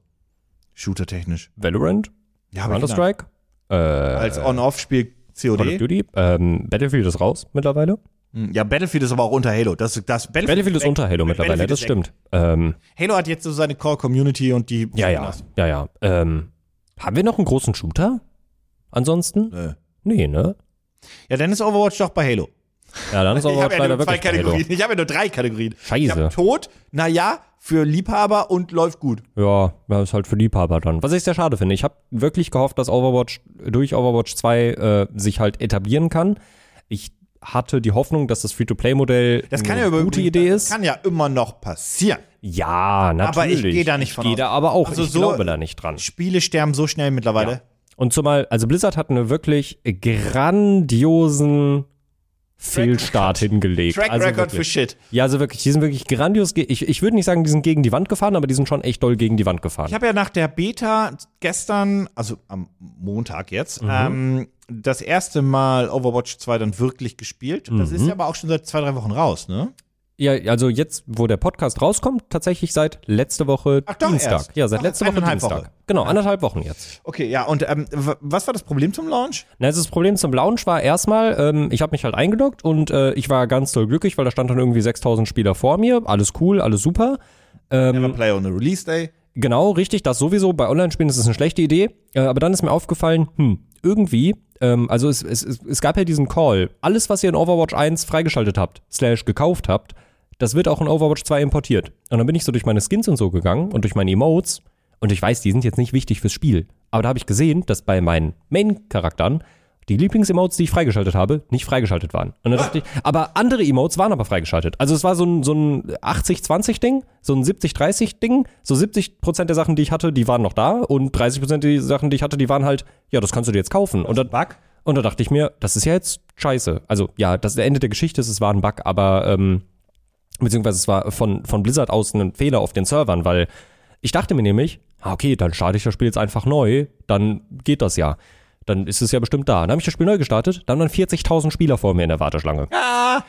Shooter-technisch.
Genannt. Counter-Strike,
Ja, aber genau.
Counter-Strike, äh,
als On-Off-Spiel
Call of
COD.
Duty, ähm, Battlefield ist raus mittlerweile.
Hm, Ja, Battlefield ist aber auch unter Halo. Das, das Battlefield,
Battlefield ist
weg.
unter Halo mittlerweile,
Battlefield
das
ist
stimmt. Ähm,
Halo hat jetzt so seine Core-Community und die.
ja, ja, ja, ja. Ähm, haben wir noch einen großen Shooter? Ansonsten?
Nö.
Nee, ne?
Ja, dann ist Overwatch doch bei Halo.
Ja, dann ist
Ich
Overwatch
habe ja
leider
nur zwei
wirklich bei Halo.
Kategorien. Ich habe ja nur drei Kategorien. Ich
Scheiße.
habe tot, naja, für Liebhaber und läuft gut.
Ja, ja, ist halt für Liebhaber dann. Was ich sehr schade finde. Ich habe wirklich gehofft, dass Overwatch durch Overwatch 2 äh, sich halt etablieren kann. Ich hatte die Hoffnung, dass das Free-to-Play-Modell
Das kann ja
eine
über
Hm, gute Idee ist.
Kann ja immer noch passieren.
ja, natürlich.
Aber ich gehe da nicht von
Ich gehe
aus.
da aber auch.
Also
ich
so-
glaube da nicht dran.
Spiele sterben so schnell mittlerweile.
Und zumal, also Blizzard hat einen wirklich grandiosen Fehlstart hingelegt.
Track
also
Record
wirklich.
für Shit.
Ja, also wirklich, die sind wirklich grandios. ge- Ich, ich würde nicht sagen, die sind gegen die Wand gefahren, aber die sind schon echt doll gegen die Wand gefahren.
Ich habe ja nach der Beta gestern, also am Montag jetzt, ähm, das erste Mal Overwatch 2 dann wirklich gespielt. Das ist ja aber auch schon seit zwei, drei Wochen raus, ne?
ja, also jetzt, wo der Podcast rauskommt, tatsächlich seit letzte Woche
Ach, doch,
Dienstag.
erst.
Ja, seit
Doch,
letzte Woche
eineinhalb
Dienstag.
Woche.
Genau, anderthalb Wochen jetzt.
Okay, ja, und ähm, w- was war das Problem zum Launch?
Na, also das Problem zum Launch war erstmal, ähm, ich habe mich halt eingeloggt und äh, ich war ganz doll glücklich, weil da stand dann irgendwie 6000 Spieler vor mir. Alles cool, alles super.
Never play on a release day.
Genau, richtig, das sowieso. Bei Online-Spielen ist es eine schlechte Idee. Äh, aber dann ist mir aufgefallen, hm, irgendwie, ähm, also es, es, es, es gab ja diesen Call. Alles, was ihr in Overwatch 1 freigeschaltet habt, slash gekauft habt, das wird auch in Overwatch 2 importiert. Und dann bin ich so durch meine Skins und so gegangen und durch meine Emotes. Und ich weiß, die sind jetzt nicht wichtig fürs Spiel. Aber da habe ich gesehen, dass bei meinen Main-Charakteren die Lieblings-Emotes, die ich freigeschaltet habe, nicht freigeschaltet waren. Und dann dachte ich, aber andere Emotes waren aber freigeschaltet. Also es war so ein, so ein 80-20-Ding, so ein 70-30-Ding. So 70% der Sachen, die ich hatte, die waren noch da. Und 30% der Sachen, die ich hatte, die waren halt, ja, das kannst du dir jetzt kaufen. Und dann,
Bug?
und da dachte ich mir, das ist ja jetzt scheiße. Also ja, das Ende der Geschichte ist, es war ein Bug, aber ähm, beziehungsweise es war von, von Blizzard aus ein Fehler auf den Servern, weil ich dachte mir nämlich, ah, okay, dann starte ich das Spiel jetzt einfach neu, dann geht das ja. Dann ist es ja bestimmt da. Dann habe ich das Spiel neu gestartet, dann waren 40.000 Spieler vor mir in der Warteschlange. Ah,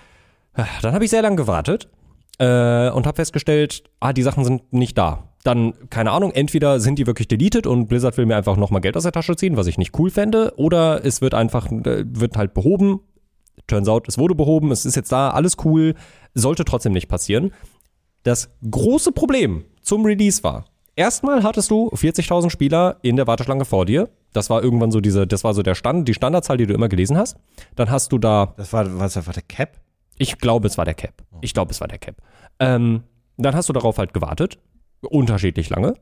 Dann habe ich sehr lange gewartet äh, und habe festgestellt, ah, die Sachen sind nicht da. Dann, keine Ahnung, entweder sind die wirklich deleted und Blizzard will mir einfach nochmal Geld aus der Tasche ziehen, was ich nicht cool fände, oder es wird einfach, äh, wird halt behoben. Turns out, es wurde behoben, es ist jetzt da, alles cool, sollte trotzdem nicht passieren. Das große Problem zum Release war, erstmal hattest du 40.000 Spieler in der Warteschlange vor dir. Das war irgendwann so diese, das war so der Stand, die Standardzahl, die du immer gelesen hast. Dann hast du da
Das war, was war der Cap?
ich glaube, es war der Cap. Ich glaube, es war der Cap. Ähm, dann hast du darauf halt gewartet. Unterschiedlich lange.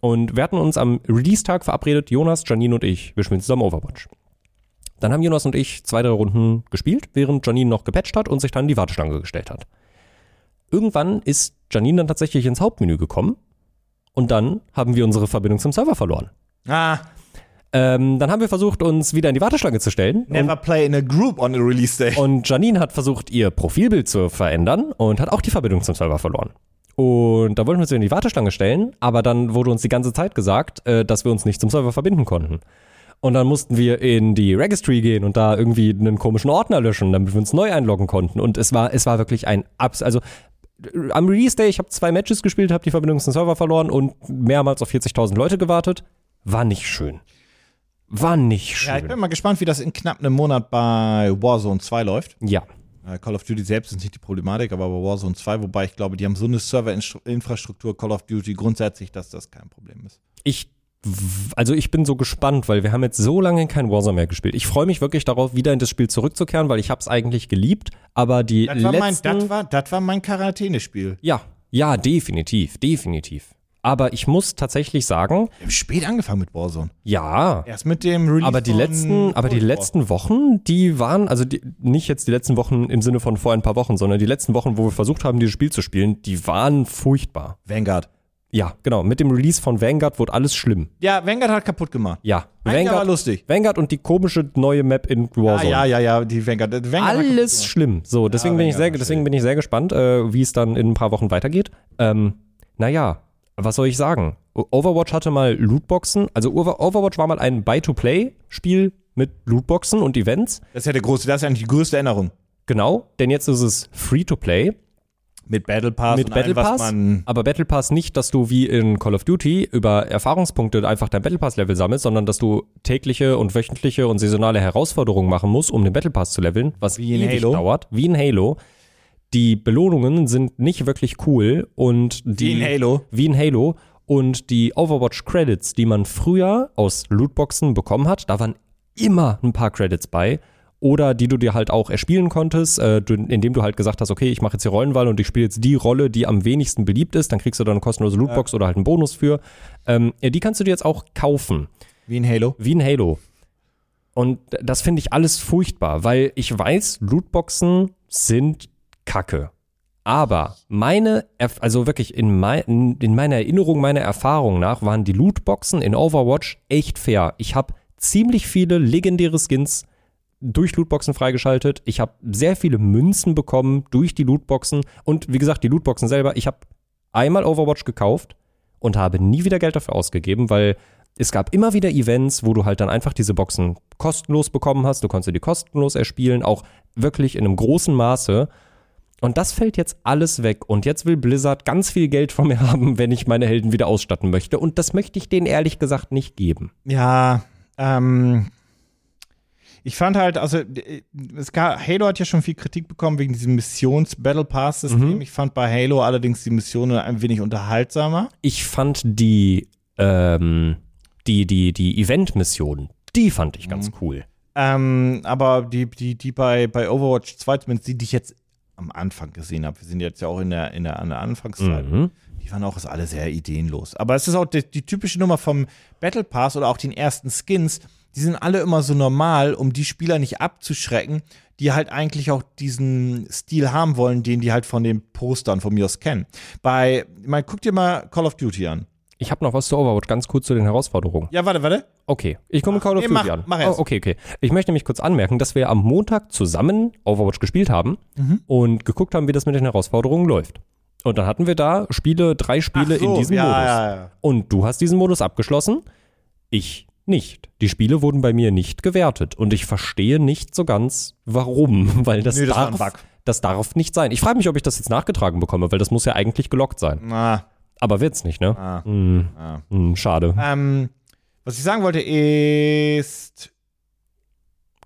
Und wir hatten uns am Release-Tag verabredet, Jonas, Janine und ich. Wir spielen zusammen Overwatch. Dann haben Jonas und ich zwei, drei Runden gespielt, während Janine noch gepatcht hat und sich dann in die Warteschlange gestellt hat. Irgendwann ist Janine dann tatsächlich ins Hauptmenü gekommen und dann haben wir unsere Verbindung zum Server verloren.
Ah,
Ähm, dann haben wir versucht, uns wieder in die Warteschlange zu stellen. und
never play in a group on a release day.
und Janine hat versucht, ihr Profilbild zu verändern und hat auch die Verbindung zum Server verloren. Und da wollten wir uns in die Warteschlange stellen, aber dann wurde uns die ganze Zeit gesagt, äh, dass wir uns nicht zum Server verbinden konnten. Und dann mussten wir in die Registry gehen und da irgendwie einen komischen Ordner löschen, damit wir uns neu einloggen konnten. Und es war, es war wirklich ein Abs. Also äh, am Release Day, ich habe zwei Matches gespielt, habe die Verbindung zum Server verloren und mehrmals auf 40.000 Leute gewartet. War nicht schön. War nicht
Ja, ich bin
schön.
mal gespannt, wie das in knapp einem Monat bei Warzone 2 läuft.
Ja.
Äh, Call of Duty selbst ist nicht die Problematik, aber bei Warzone 2, wobei ich glaube, die haben so eine Serverinfrastruktur Call of Duty grundsätzlich, dass das kein Problem ist.
ich also ich bin so gespannt, weil wir haben jetzt so lange kein Warzone mehr gespielt. Ich freue mich wirklich darauf, wieder in das Spiel zurückzukehren, weil ich habe es eigentlich geliebt, aber die
Das war mein,
letzten
das war, das war mein Quarantänespiel.
ja, ja, definitiv, definitiv. Aber ich muss tatsächlich sagen,
Ich habe spät angefangen mit Warzone.
ja,
Erst mit dem Release.
aber die
von
letzten, aber die
Cold War.
letzten Wochen, die waren also die, nicht jetzt die letzten Wochen im Sinne von vor ein paar Wochen, sondern die letzten Wochen, wo wir versucht haben, dieses Spiel zu spielen, die waren furchtbar.
Vanguard.
Ja, genau. Mit dem Release von Vanguard wurde alles schlimm.
Ja, Vanguard hat kaputt gemacht.
Ja,
Eigentlich aber lustig.
Vanguard und die komische neue Map in
Ah,
Warzone.
ja, ja, ja, die Vanguard. Vanguard hat kaputt
Alles
gemacht.
schlimm. So, deswegen, bin ich
Vanguard
sehr,
war
deswegen bin ich sehr gespannt, äh, wie es dann in ein paar Wochen weitergeht. Ähm, naja, was soll ich sagen? O- Overwatch hatte mal Lootboxen. Also Over- Overwatch war mal ein Buy-to-Play-Spiel mit Lootboxen und Events.
Das ist ja der große, das ist eigentlich die größte Änderung.
Genau, denn jetzt ist es Free-to-Play.
Mit Battle Pass
mit
und
Battle
allem, was
Pass,
man.
aber Battle Pass nicht, dass du wie in Call of Duty über Erfahrungspunkte einfach dein Battle Pass Level sammelst, sondern dass du tägliche und wöchentliche und saisonale Herausforderungen machen musst, um den Battle Pass zu leveln, was
Wie in
ewig
Halo.
dauert, wie in Halo. Die Belohnungen sind nicht wirklich cool und die
Wie in Halo.
wie in Halo und die Overwatch Credits, die man früher aus Lootboxen bekommen hat, da waren immer ein paar Credits bei oder die du dir halt auch erspielen konntest, äh, du, indem du halt gesagt hast, okay, ich mache jetzt die Rollenwahl und ich spiele jetzt die Rolle, die am wenigsten beliebt ist, dann kriegst du da eine kostenlose Lootbox oder halt einen Bonus für. Ähm, ja, die kannst du dir jetzt auch kaufen,
Wie in Halo.
wie in Halo. Und das finde ich alles furchtbar, weil ich weiß, Lootboxen sind Kacke. Aber meine, Erf- also wirklich in, mein, in meiner Erinnerung, meiner Erfahrung nach, waren die Lootboxen in Overwatch echt fair. Ich habe ziemlich viele legendäre Skins durch Lootboxen freigeschaltet. Ich habe sehr viele Münzen bekommen durch die Lootboxen. Und wie gesagt, die Lootboxen selber, ich habe einmal Overwatch gekauft und habe nie wieder Geld dafür ausgegeben, weil es gab immer wieder Events, wo du halt dann einfach diese Boxen kostenlos bekommen hast. Du konntest sie dir kostenlos erspielen, auch wirklich in einem großen Maße. Und das fällt jetzt alles weg. Und jetzt will Blizzard ganz viel Geld von mir *laughs* haben, wenn ich meine Helden wieder ausstatten möchte. Und das möchte ich denen ehrlich gesagt nicht geben.
Ja, ähm, ich fand halt, also äh, es gab, Halo hat ja schon viel Kritik bekommen wegen diesem Missions-Battle Pass-System. Ich fand bei Halo allerdings die Missionen ein wenig unterhaltsamer.
Ich fand die, ähm, die, die, die Event-Missionen, die fand ich ganz cool.
Ähm, aber die, die, die bei, bei Overwatch 2, zumindest die, die ich jetzt am Anfang gesehen habe, wir sind jetzt ja auch in der, in der, an der Anfangszeit,
Mhm.
die waren auch ist alle sehr ideenlos. Aber es ist auch die, die typische Nummer vom Battle Pass oder auch den ersten Skins, die sind alle immer so normal, um die Spieler nicht abzuschrecken, die halt eigentlich auch diesen Stil haben wollen, den die halt von den Postern von mir aus kennen. Bei, ich meine, guck dir mal Call of Duty an.
Ich habe noch was zu Overwatch, ganz kurz zu den Herausforderungen.
Ja, warte, warte.
Okay, ich komme mit Call of
nee,
Duty
mach-
an.
mach erst.
Oh, okay, okay. Ich möchte nämlich kurz anmerken, dass wir am Montag zusammen Overwatch gespielt haben
Mhm.
und geguckt haben, wie das mit den Herausforderungen läuft. Und dann hatten wir da Spiele, drei Spiele
so,
in diesem
ja,
Modus.
ja, ja.
Und du hast diesen Modus abgeschlossen, ich nicht. Die Spiele wurden bei mir nicht gewertet und ich verstehe nicht so ganz, warum, *laughs* weil das,
Nee, das war
darf,
ein Bug.
das darf nicht sein. Ich frage mich, ob ich das jetzt nachgetragen bekomme, weil das muss ja eigentlich gelockt sein.
Na,
Aber wird's nicht, ne?
ah.
Hm,
Ah.
hm, schade.
Ähm, was ich sagen wollte ist,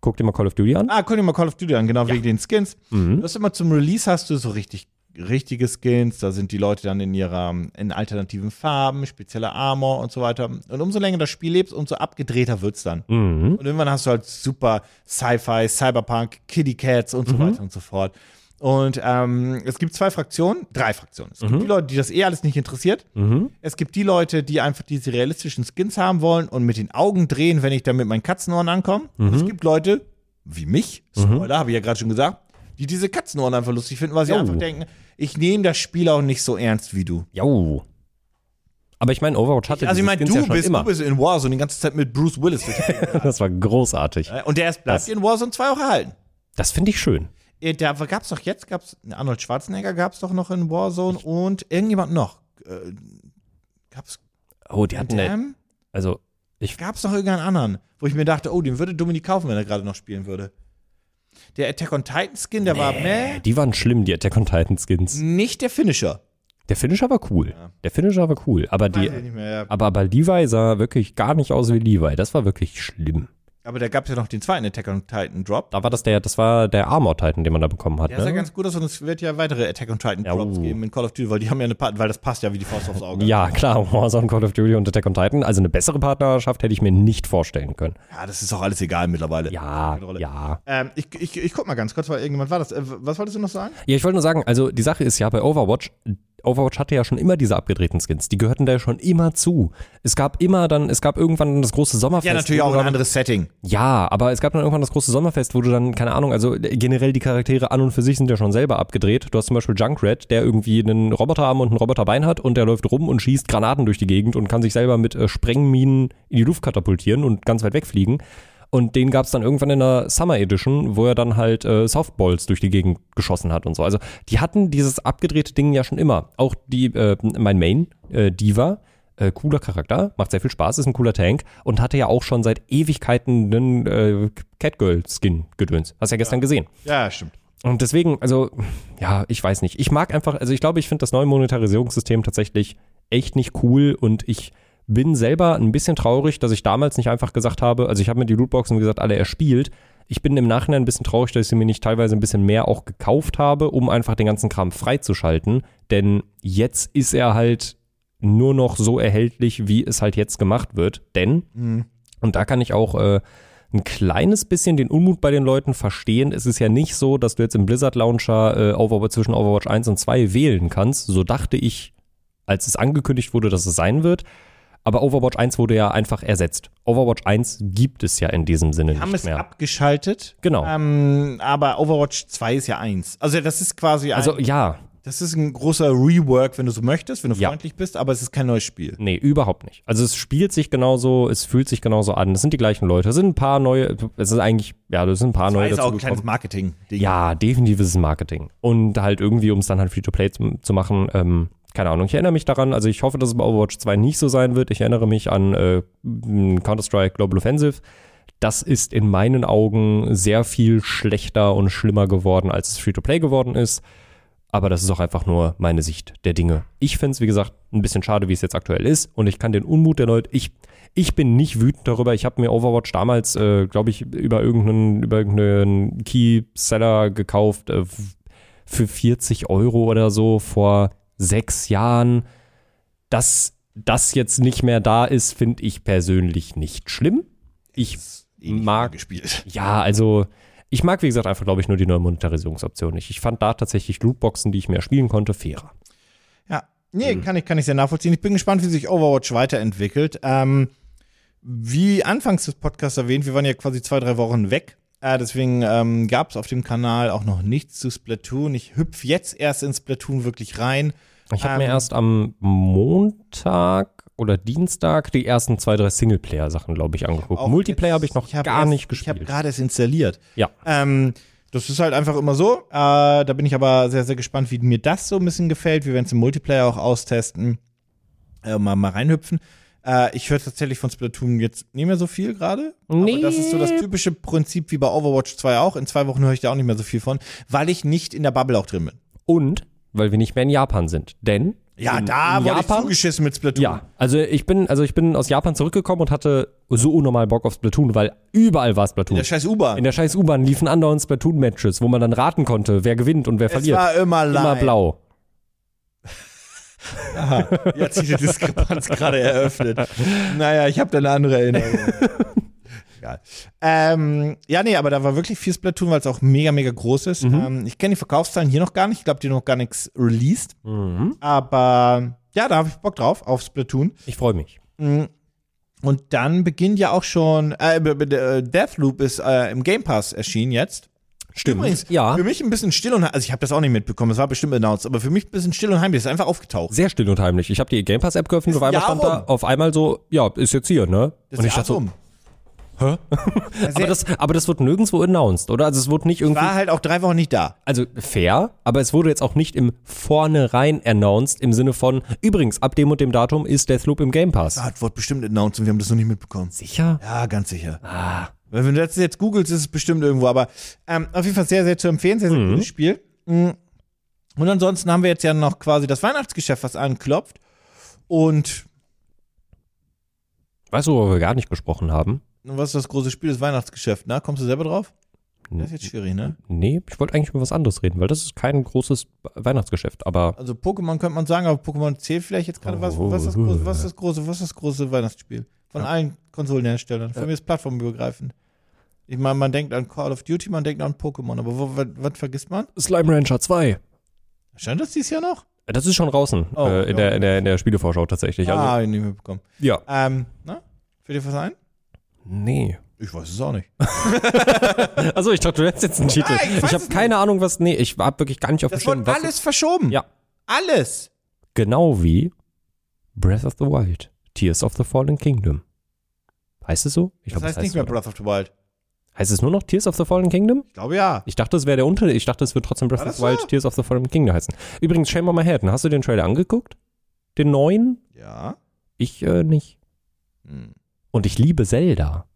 Guck dir mal Call of Duty an. Mhm.
ah, guck dir mal Call of Duty an, genau wegen den Skins. Du hast immer zum Release hast du so richtig richtige Skins, da sind die Leute dann in ihrer in alternativen Farben, spezieller Armor und so weiter. Und umso länger das Spiel lebst, umso abgedrehter wird's dann.
Mhm.
Und irgendwann hast du halt super Sci-Fi, Cyberpunk, Kitty Cats und so weiter und so fort. Und ähm, es gibt zwei Fraktionen, drei Fraktionen. Es gibt die Leute, die das eh alles nicht interessiert.
Mhm.
Es gibt die Leute, die einfach diese realistischen Skins haben wollen und mit den Augen drehen, wenn ich dann mit meinen Katzenohren ankomme. Und
Mhm.
es gibt Leute, wie mich, Spoiler, habe ich ja gerade schon gesagt, die diese Katzenohren einfach lustig finden, weil sie
Jo.
einfach denken, ich nehme das Spiel auch nicht so ernst wie du.
Jo. Aber ich meine, Overwatch hatte
Also ich
diese
meine,
Skins
du,
ja schon
bist,
immer.
du bist in Warzone die ganze Zeit mit Bruce Willis. durch die Gegend gerannt.
*laughs* das war großartig.
und der ist bleibt in Warzone 2 auch erhalten.
Das finde ich schön.
Äh, Da gab es doch jetzt, gab's, Arnold Schwarzenegger gab es doch noch in Warzone und irgendjemand noch. Äh, gab es
Oh, die hatten eine,
Dam?
also ich
Gab es noch irgendeinen anderen, wo ich mir dachte, oh, den würde Dominik kaufen, wenn er gerade noch spielen würde. Der Attack on Titan Skin, der war meh,
die waren schlimm, die Attack on Titan Skins.
nicht der Finisher.
Der Finisher war cool. Der Finisher war cool, aber die
Weiß ich nicht mehr, ja.
aber, aber Levi sah wirklich gar nicht aus wie Levi. Das war wirklich schlimm.
Aber da gab es ja noch den zweiten Attack on Titan Drop.
Da war das der das war der Armor Titan, den man da bekommen hat,
Der ist ja
ne?
ganz gut aus und es wird ja weitere Attack on Titan
Ja,
Drops
uh.
geben in Call of Duty, weil die haben ja eine Part, weil das passt ja wie die Faust aufs Auge.
ja, klar, *laughs* Warzone, Call of Duty und Attack on Titan. Also eine bessere Partnerschaft hätte ich mir nicht vorstellen können.
Ja, das ist auch alles egal mittlerweile.
Ja,
Keine Rolle.
ja.
Ähm, ich, ich, ich guck mal ganz kurz, weil irgendjemand war das. Äh, was wolltest du noch sagen?
Ja, ich wollte nur sagen, also die Sache ist ja bei Overwatch, Overwatch hatte ja schon immer diese abgedrehten Skins, die gehörten da ja schon immer zu. Es gab immer dann, es gab irgendwann das große Sommerfest.
Ja, natürlich
wo
auch
du
ein
dann-
anderes Setting.
Ja, aber es gab dann irgendwann das große Sommerfest, wo du dann, keine Ahnung, also generell die Charaktere an und für sich sind ja schon selber abgedreht. Du hast zum Beispiel Junkrat, der irgendwie einen Roboterarm und ein Roboterbein hat und der läuft rum und schießt Granaten durch die Gegend und kann sich selber mit äh, Sprengminen in die Luft katapultieren und ganz weit wegfliegen. Und den gab's dann irgendwann in der Summer Edition, wo er dann halt äh, Softballs durch die Gegend geschossen hat und so. Also die hatten dieses abgedrehte Ding ja schon immer. Auch die, äh, mein Main, äh, Diva, äh, cooler Charakter, macht sehr viel Spaß, ist ein cooler Tank und hatte ja auch schon seit Ewigkeiten einen äh, Catgirl-Skin-Gedöns. Hast ja gestern gesehen.
Ja, stimmt.
Und deswegen, also, ja, ich weiß nicht. Ich mag einfach, also ich glaube, ich finde das neue Monetarisierungssystem tatsächlich echt nicht cool und ich bin selber ein bisschen traurig, dass ich damals nicht einfach gesagt habe, also ich habe mir die Lootboxen, wie gesagt, alle erspielt. Ich bin im Nachhinein ein bisschen traurig, dass ich sie mir nicht teilweise ein bisschen mehr auch gekauft habe, um einfach den ganzen Kram freizuschalten. Denn jetzt ist er halt nur noch so erhältlich, wie es halt jetzt gemacht wird. Denn und da kann ich auch äh, ein kleines bisschen den Unmut bei den Leuten verstehen. Es ist ja nicht so, dass du jetzt im Blizzard Launcher äh, Overwatch, zwischen Overwatch 1 und 2 wählen kannst. So dachte ich, als es angekündigt wurde, dass es sein wird. Aber Overwatch 1 wurde ja einfach ersetzt. Overwatch 1 gibt es ja in diesem Sinne
Wir haben
nicht
es
mehr.
abgeschaltet.
Genau.
Ähm, aber Overwatch 2 ist ja eins. Also das ist quasi ein,
also ja,
das ist ein großer Rework, wenn du so möchtest, wenn du
Ja.
freundlich bist, aber es ist kein neues Spiel.
nee, überhaupt nicht. Also es spielt sich genauso, es fühlt sich genauso an. Es sind die gleichen Leute. Es sind ein paar neue, es ist eigentlich, ja, es sind ein paar
Da
neue
ist auch ein
dazu
kleines Marketing.
Ja, definitiv ist es Marketing. Und halt irgendwie, um es dann halt Free-to-Play zu, zu machen, ähm, keine Ahnung, ich erinnere mich daran, also ich hoffe, dass es bei Overwatch 2 nicht so sein wird. Ich erinnere mich an äh, m, Counter-Strike Global Offensive. Das ist in meinen Augen sehr viel schlechter und schlimmer geworden, als es Free-to-Play geworden ist. Aber das ist auch einfach nur meine Sicht der Dinge. Ich find's wie gesagt, ein bisschen schade, wie es jetzt aktuell ist. Und ich kann den Unmut der Leute, ich, ich bin nicht wütend darüber. Ich habe mir Overwatch damals, äh, glaube ich, über irgendeinen, über irgendeinen Key-Seller gekauft äh, f- für 40 Euro oder so vor sechs Jahren. Dass das jetzt nicht mehr da ist, finde ich persönlich nicht schlimm. Ich mag- *laughs*
gespielt.
ja, also ich mag, wie gesagt, einfach, glaube ich, nur die neue Monetarisierungsoption nicht. Ich fand da tatsächlich Lootboxen, die ich mehr spielen konnte, fairer.
Ja, nee,
Mhm.
kann ich, kann ich sehr nachvollziehen. Ich bin gespannt, wie sich Overwatch weiterentwickelt. Ähm, wie anfangs des Podcasts erwähnt, wir waren ja quasi zwei, drei Wochen weg. Äh, deswegen ähm, gab es auf dem Kanal auch noch nichts zu Splatoon. Ich hüpf jetzt erst in Splatoon wirklich rein.
Ich habe
Ähm.
mir erst am Montag oder Dienstag die ersten zwei, drei Singleplayer-Sachen, glaube ich, angeguckt.
Auch
Multiplayer
jetzt-
habe ich noch
hab
gar
erst,
nicht
Ich habe
gespielt.
gerade es installiert.
ja,
Ähm, das ist halt einfach immer so. Äh, da bin ich aber sehr, sehr gespannt, wie mir das so ein bisschen gefällt. Wir werden es im Multiplayer auch austesten. Äh, mal, mal reinhüpfen. Äh, ich höre tatsächlich von Splatoon jetzt nicht mehr so viel gerade.
Nee.
Aber das ist so das typische Prinzip wie bei Overwatch 2 auch. In zwei Wochen höre ich da auch nicht mehr so viel von, weil ich nicht in der Bubble auch drin bin.
und weil wir nicht mehr in Japan sind. Denn
Ja,
in,
da
in
wurde ich
Japan
zugeschissen mit Splatoon.
Ja, also ich bin, also ich bin aus Japan zurückgekommen und hatte so unnormal Bock auf Splatoon, weil überall war Splatoon.
In der scheiß U-Bahn.
In der scheiß U-Bahn liefen andauernd Splatoon-Matches, wo man dann raten konnte, wer gewinnt und wer
Es
verliert.
war immer live.
Immer blau.
Aha, jetzt diese Diskrepanz gerade eröffnet. Naja, ich habe da eine andere Erinnerung. *laughs* Egal. Ähm, ja, nee, aber da war wirklich viel Splatoon, weil es auch mega, mega groß ist. Ähm, ich kenne die Verkaufszahlen hier noch gar nicht. Ich glaube, die haben noch gar nichts released. Mhm. Aber ja, da habe ich Bock drauf, auf Splatoon.
Mhm. Ich freue mich.
Und dann beginnt ja auch schon, äh, b- b- äh, Deathloop ist äh, im Game Pass erschienen jetzt. Stimmt. Übrigens,
Ja.
für mich ein bisschen still und also ich habe das auch nicht mitbekommen, es war bestimmt announced, aber für mich ein bisschen still und heimlich, ist einfach aufgetaucht.
Sehr still und heimlich. Ich habe die Game Pass App geöffnet und auf einmal
Jahr
stand da,
rum.
auf einmal so, ja, ist jetzt hier, ne? und ich
Jahr
dachte so,
rum.
aber das, aber das wird nirgendwo announced, oder? Also es wurde nicht irgendwie,
war halt auch drei Wochen nicht da.
also fair, aber es wurde jetzt auch nicht im Vornherein announced, im Sinne von, übrigens, ab dem und dem Datum ist Deathloop im Game Pass.
Ah, Das wird bestimmt announced und wir haben das noch nicht mitbekommen.
Sicher?
Ja, ganz sicher. Weil Wenn du das jetzt googelst, ist es bestimmt irgendwo. Aber ähm, auf jeden Fall sehr, sehr zu empfehlen. Sehr, sehr gutes Spiel. Mm. Und ansonsten haben wir jetzt ja noch quasi das Weihnachtsgeschäft, was anklopft. Und
Weißt du, worüber wir gar nicht gesprochen haben?
was ist das große Spiel? Das Weihnachtsgeschäft, ne? Kommst du selber drauf? Das ist jetzt schwierig, ne?
Nee, ich wollte eigentlich über was anderes reden, weil das ist kein großes Weihnachtsgeschäft, aber
Also Pokémon könnte man sagen, aber Pokémon zählt vielleicht jetzt gerade was. Was ist das große, was ist das große, was ist das große Weihnachtsspiel? Von allen Konsolenherstellern. Von mir ist plattformübergreifend. Ich meine, man denkt an Call of Duty, man denkt an Pokémon, aber wo, was, was vergisst man?
Slime Rancher 2.
Stand das dieses Jahr noch?
Das ist schon draußen,
Oh,
äh, in,
ja.
der, in, der, in der Spielevorschau tatsächlich.
ah,
Also,
hab ich nicht mitbekommen.
ja.
Ähm, na? Fällt dir was ein?
Nee.
Ich weiß es auch nicht.
Also ich dachte, du hättest jetzt einen Titel.
Nein, ich
ich
weiß
habe
es
keine Ahnung, was. Nee, ich habe wirklich gar nicht auf dem
Das
Schirm.
wurde
was-
alles verschoben.
Ja.
Alles.
Genau wie Breath of the Wild, Tears of the Fallen Kingdom. Heißt es so? Ich
Das
glaub,
heißt nicht
so.
mehr Breath of the Wild.
Heißt es nur noch Tears of the Fallen Kingdom?
Ich glaube ja.
Ich dachte, es wäre der Unter. Ich dachte, es wird trotzdem Breath
War
of
das
the Wild,
so?
Tears of the Fallen Kingdom heißen. Übrigens, Shame on my head. ne? Hast du den Trailer angeguckt? Den neuen?
Ja.
Ich äh, nicht.
Hm.
Und ich liebe Zelda.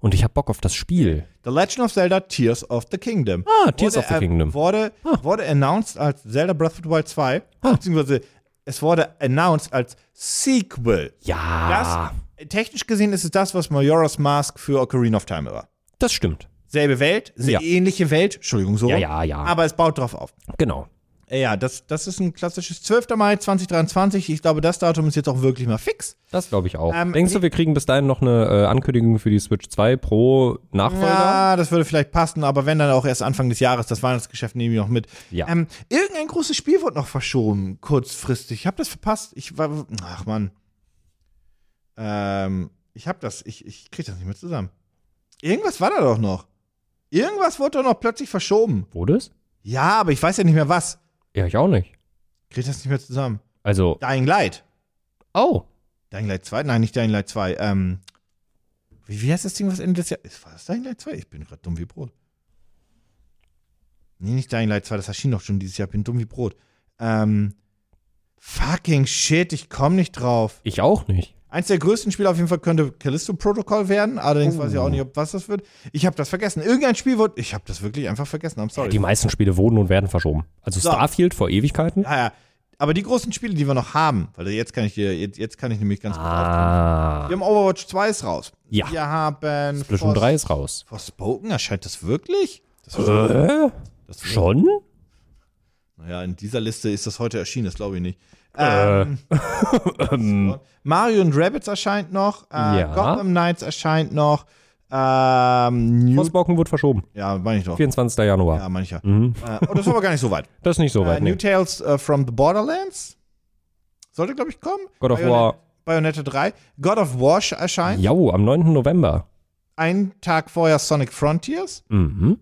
Und ich habe Bock auf das Spiel.
The Legend of Zelda Tears of the Kingdom.
Ah, Tears of the
äh,
Kingdom.
Wurde,
Ah.
wurde announced als Zelda Breath of the Wild 2,
Ah.
beziehungsweise es wurde announced als Sequel.
Ja, das,
Technisch gesehen ist es das, was Majora's Mask für Ocarina of Time war.
stimmt.
Selbe Welt, se-
Ja.
ähnliche Welt, Entschuldigung, so.
Ja,
rum.
ja, ja.
Aber es baut drauf auf.
Genau.
Äh, Ja, das, das ist ein klassisches 12. Mai 2023. Ich glaube, das Datum ist jetzt auch wirklich mal fix.
Das glaube ich auch.
Ähm,
Denkst du, wir kriegen bis dahin noch eine äh, Ankündigung für die Switch 2 Pro Nachfolger?
Ja, das würde vielleicht passen, aber wenn dann auch erst Anfang des Jahres, das Weihnachtsgeschäft nehme ich noch mit.
Ja.
Ähm, irgendein großes Spiel wurde noch verschoben, kurzfristig. Ich habe das verpasst. Ich war, ach man. Ähm, ich hab das, ich, ich krieg das nicht mehr zusammen. Irgendwas war da doch noch. Irgendwas wurde doch noch plötzlich verschoben.
Wurde es?
Ja, aber ich weiß ja nicht mehr was.
Ja, ich auch nicht.
Krieg das nicht mehr zusammen.
Also,
Dying Light.
oh,
Dying Light 2? Nein, nicht Dying Light 2. Ähm, wie, wie heißt das Ding, was Ende des Jahres. War das Dying Light 2? Ich bin gerade dumm wie Brot. Nee, nicht Dying Light 2, das erschien doch schon dieses Jahr. Ich bin dumm wie Brot. Ähm, fucking shit, ich komme nicht drauf.
ich auch nicht.
Eins der größten Spiele auf jeden Fall könnte Callisto Protocol werden. Allerdings weiß ich auch nicht, ob was das wird. Ich habe das vergessen. Irgendein Spiel wird. Ich habe das wirklich einfach vergessen. I'm sorry.
Die meisten Spiele wurden und werden verschoben. Also
So.
Starfield vor Ewigkeiten.
Ah, Ja, ja. Aber die großen Spiele, die wir noch haben, weil jetzt kann ich dir, jetzt, jetzt kann ich nämlich ganz gut aufzählen.
Ah,
Wir haben Overwatch 2 ist raus.
Ja.
Wir haben
Splatoon
Force-
3 ist raus.
Forspoken? Erscheint das wirklich? Das
Äh,
das
schon?
Naja, in dieser Liste ist das heute erschienen, das glaube ich nicht.
Äh. *laughs* Ähm.
Ähm, Mario und Rabbits erscheint noch. Äh,
Ja.
Gotham Knights erscheint noch. Ähm, New
Forspoken wird verschoben.
ja, meine ich doch.
24. Januar.
Ja, meine ich ja. Äh, oh, das war aber gar nicht so weit.
Das ist nicht so
Äh,
Mhm. *laughs* weit.
New
Nee.
Tales äh, from the Borderlands. Sollte, glaube ich, kommen.
God of
Bayonet-
War.
Bayonetta 3. God of War erscheint.
Jau, am 9. November.
Einen Tag vorher Sonic Frontiers.
Mhm.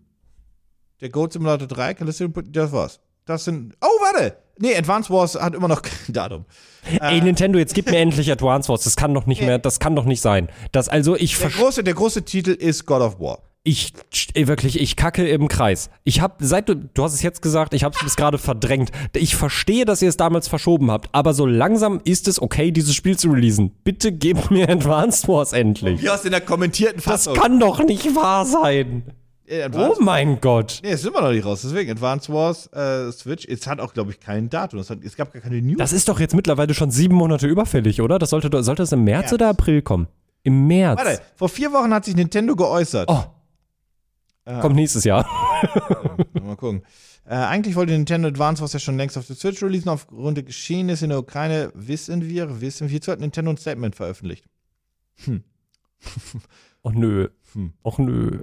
Der Goat Simulator 3, Callisto, das war's. Das sind. Oh, warte! Nee, Advance Wars hat immer noch *laughs* kein Datum. Äh.
Ey, Nintendo, jetzt gib mir endlich Advance Wars. Das kann doch nicht mehr, das kann doch nicht sein. Das also, ich
Der
verstehe.
große, der große Titel ist God of War.
Ich ey, wirklich, ich kacke im Kreis. Ich habe seit du, du hast es jetzt gesagt, ich habe es bis gerade verdrängt. Ich verstehe, dass ihr es damals verschoben habt, aber so langsam ist es okay, dieses Spiel zu releasen. Bitte gebt *laughs* mir Advanced Wars endlich.
Wie aus in der kommentierten
Das
Fassung.
kann doch nicht wahr sein.
Äh,
Oh
Advance,
mein Gott.
Nee, es ist immer noch nicht raus. Deswegen, Advance Wars, äh, Switch. Es hat auch, glaube ich, kein Datum. Es, hat, es gab gar keine News.
Das ist doch jetzt mittlerweile schon sieben Monate überfällig, oder? Das sollte, doch- sollte es im März oder April kommen? Im März.
Warte, vor vier Wochen hat sich Nintendo geäußert.
Oh. Kommt nächstes Jahr.
Mal gucken. Äh, eigentlich wollte Nintendo Advance Wars ja schon längst auf der Switch releasen. Aufgrund der Geschehnisse in der Ukraine wissen wir, wissen wir, zu hat Nintendo ein Statement veröffentlicht.
Oh nö. Och nö.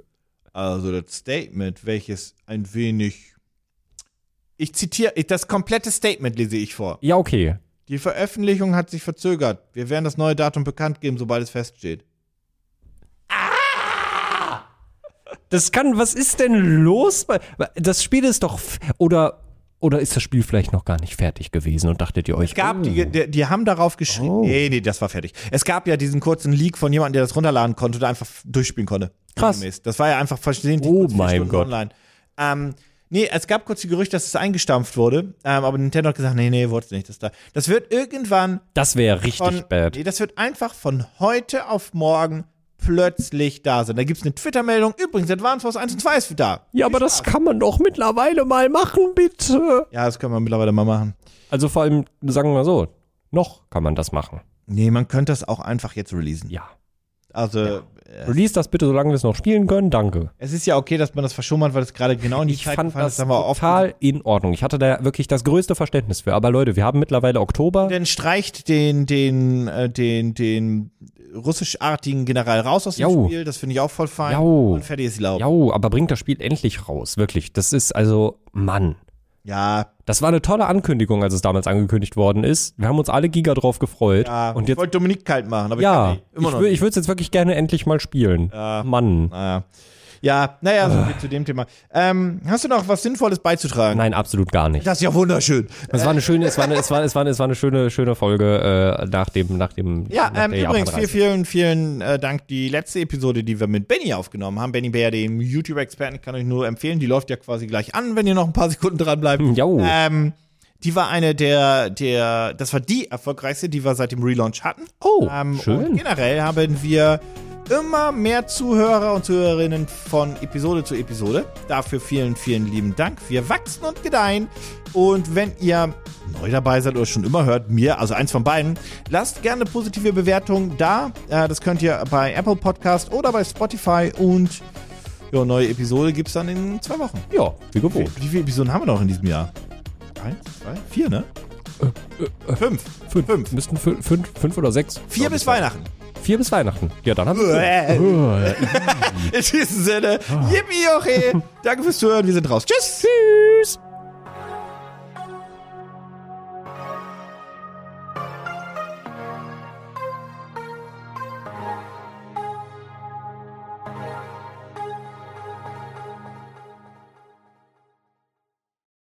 Also das Statement, welches ein wenig. Ich zitiere, ich- das komplette Statement lese ich vor.
Ja, okay.
Die Veröffentlichung hat sich verzögert. Wir werden das neue Datum bekannt geben, sobald es feststeht.
Das kann, was ist denn los? bei- Das Spiel ist doch, f- oder, oder ist das Spiel vielleicht noch gar nicht fertig gewesen und dachtet ihr euch,
Es gab,
Oh.
die, die, die haben darauf geschrieben. Nee, nee, das war fertig. Es gab ja diesen kurzen Leak von jemandem, der das runterladen konnte oder einfach durchspielen konnte.
Krass.
Sinngemäß. Das war ja einfach versehentlich
Oh
kurz vier
mein
Stunden
Gott.
online. Ähm, nee, es gab kurz die Gerüchte, dass es eingestampft wurde. Ähm, aber Nintendo hat gesagt, nee, nee, wollte nicht, das da. Das wird irgendwann
das wäre richtig
von,
bad.
Nee, das wird einfach von heute auf morgen plötzlich da sein. Da gibt es eine Twitter-Meldung. Übrigens, Advance Wars 1 und 2 ist da.
Ja, aber das kann man doch mittlerweile mal machen, bitte.
Ja, das können wir mittlerweile mal machen.
Also vor allem, sagen wir so, noch kann man das machen.
Nee, man könnte das auch einfach jetzt releasen.
Ja.
Also, äh,
Release das bitte, solange wir es noch spielen können, danke.
es ist ja okay, dass man das verschoben hat, weil das gerade genau in die
Ich
Zeit
fand
gefallen
das
ist. haben wir oft
total in Ordnung. Ich hatte da wirklich das größte Verständnis für. Aber Leute, wir haben mittlerweile Oktober.
Dann streicht den, den, äh, den, den russischartigen General raus aus dem
Jau.
Spiel. Das finde ich auch voll fein.
Jau.
Und fertig ist die Laube.
Ja, aber bringt das Spiel endlich raus. Wirklich. Das ist also, Mann.
Ja,
Das war eine tolle Ankündigung, als es damals angekündigt worden ist. Wir haben uns alle giga drauf gefreut.
ja.
und
ich
jetzt,
wollte Dominik kalt machen, aber
ja,
ich kann nicht.
ich,
Immer noch
wür- ich würde es jetzt wirklich gerne endlich mal spielen. Mann.
Naja. Ja, naja, so viel zu dem Thema. Ähm, hast du noch was Sinnvolles beizutragen?
Nein, absolut gar nicht.
Das ist ja wunderschön.
Es war eine
äh,
schöne, es war eine, es war, es war, es war eine schöne, schöne Folge äh, nach dem, nach dem.
Ja,
nach
ähm,
der
übrigens, vielen,
Japan-Reise.
vielen, vielen äh, Dank. Die letzte Episode, die wir mit Benny aufgenommen haben, Benny Bär, dem YouTube-Experten, kann ich nur empfehlen. Die läuft ja quasi gleich an, wenn ihr noch ein paar Sekunden dranbleibt.
Jau.
Ähm, die war eine der, der, das war die erfolgreichste, die wir seit dem Relaunch hatten.
Oh,
Ähm, Und
schön.
generell haben wir immer mehr Zuhörer und Zuhörerinnen von Episode zu Episode. Dafür vielen, vielen lieben Dank. Wir wachsen und gedeihen. Und wenn ihr neu dabei seid oder schon immer hört, mir, also eins von beiden, lasst gerne positive Bewertungen da. Äh, das könnt ihr bei Apple Podcast oder bei Spotify und ja, neue Episode gibt es dann in zwei Wochen.
Ja, wie
Wie,
gewohnt.
wie viele Episoden haben wir noch in diesem Jahr? Eins, zwei, vier, ne? fünf.
Fünf, Müssten fün- fünf, fünf oder sechs.
Vier bis Weihnachten.
Vier bis Weihnachten. Ja, dann haben wir.
Bäh. *laughs* In diesem Sinne, yippie, okay. Danke fürs Zuhören. Wir sind raus. Tschüss.
Tschüss.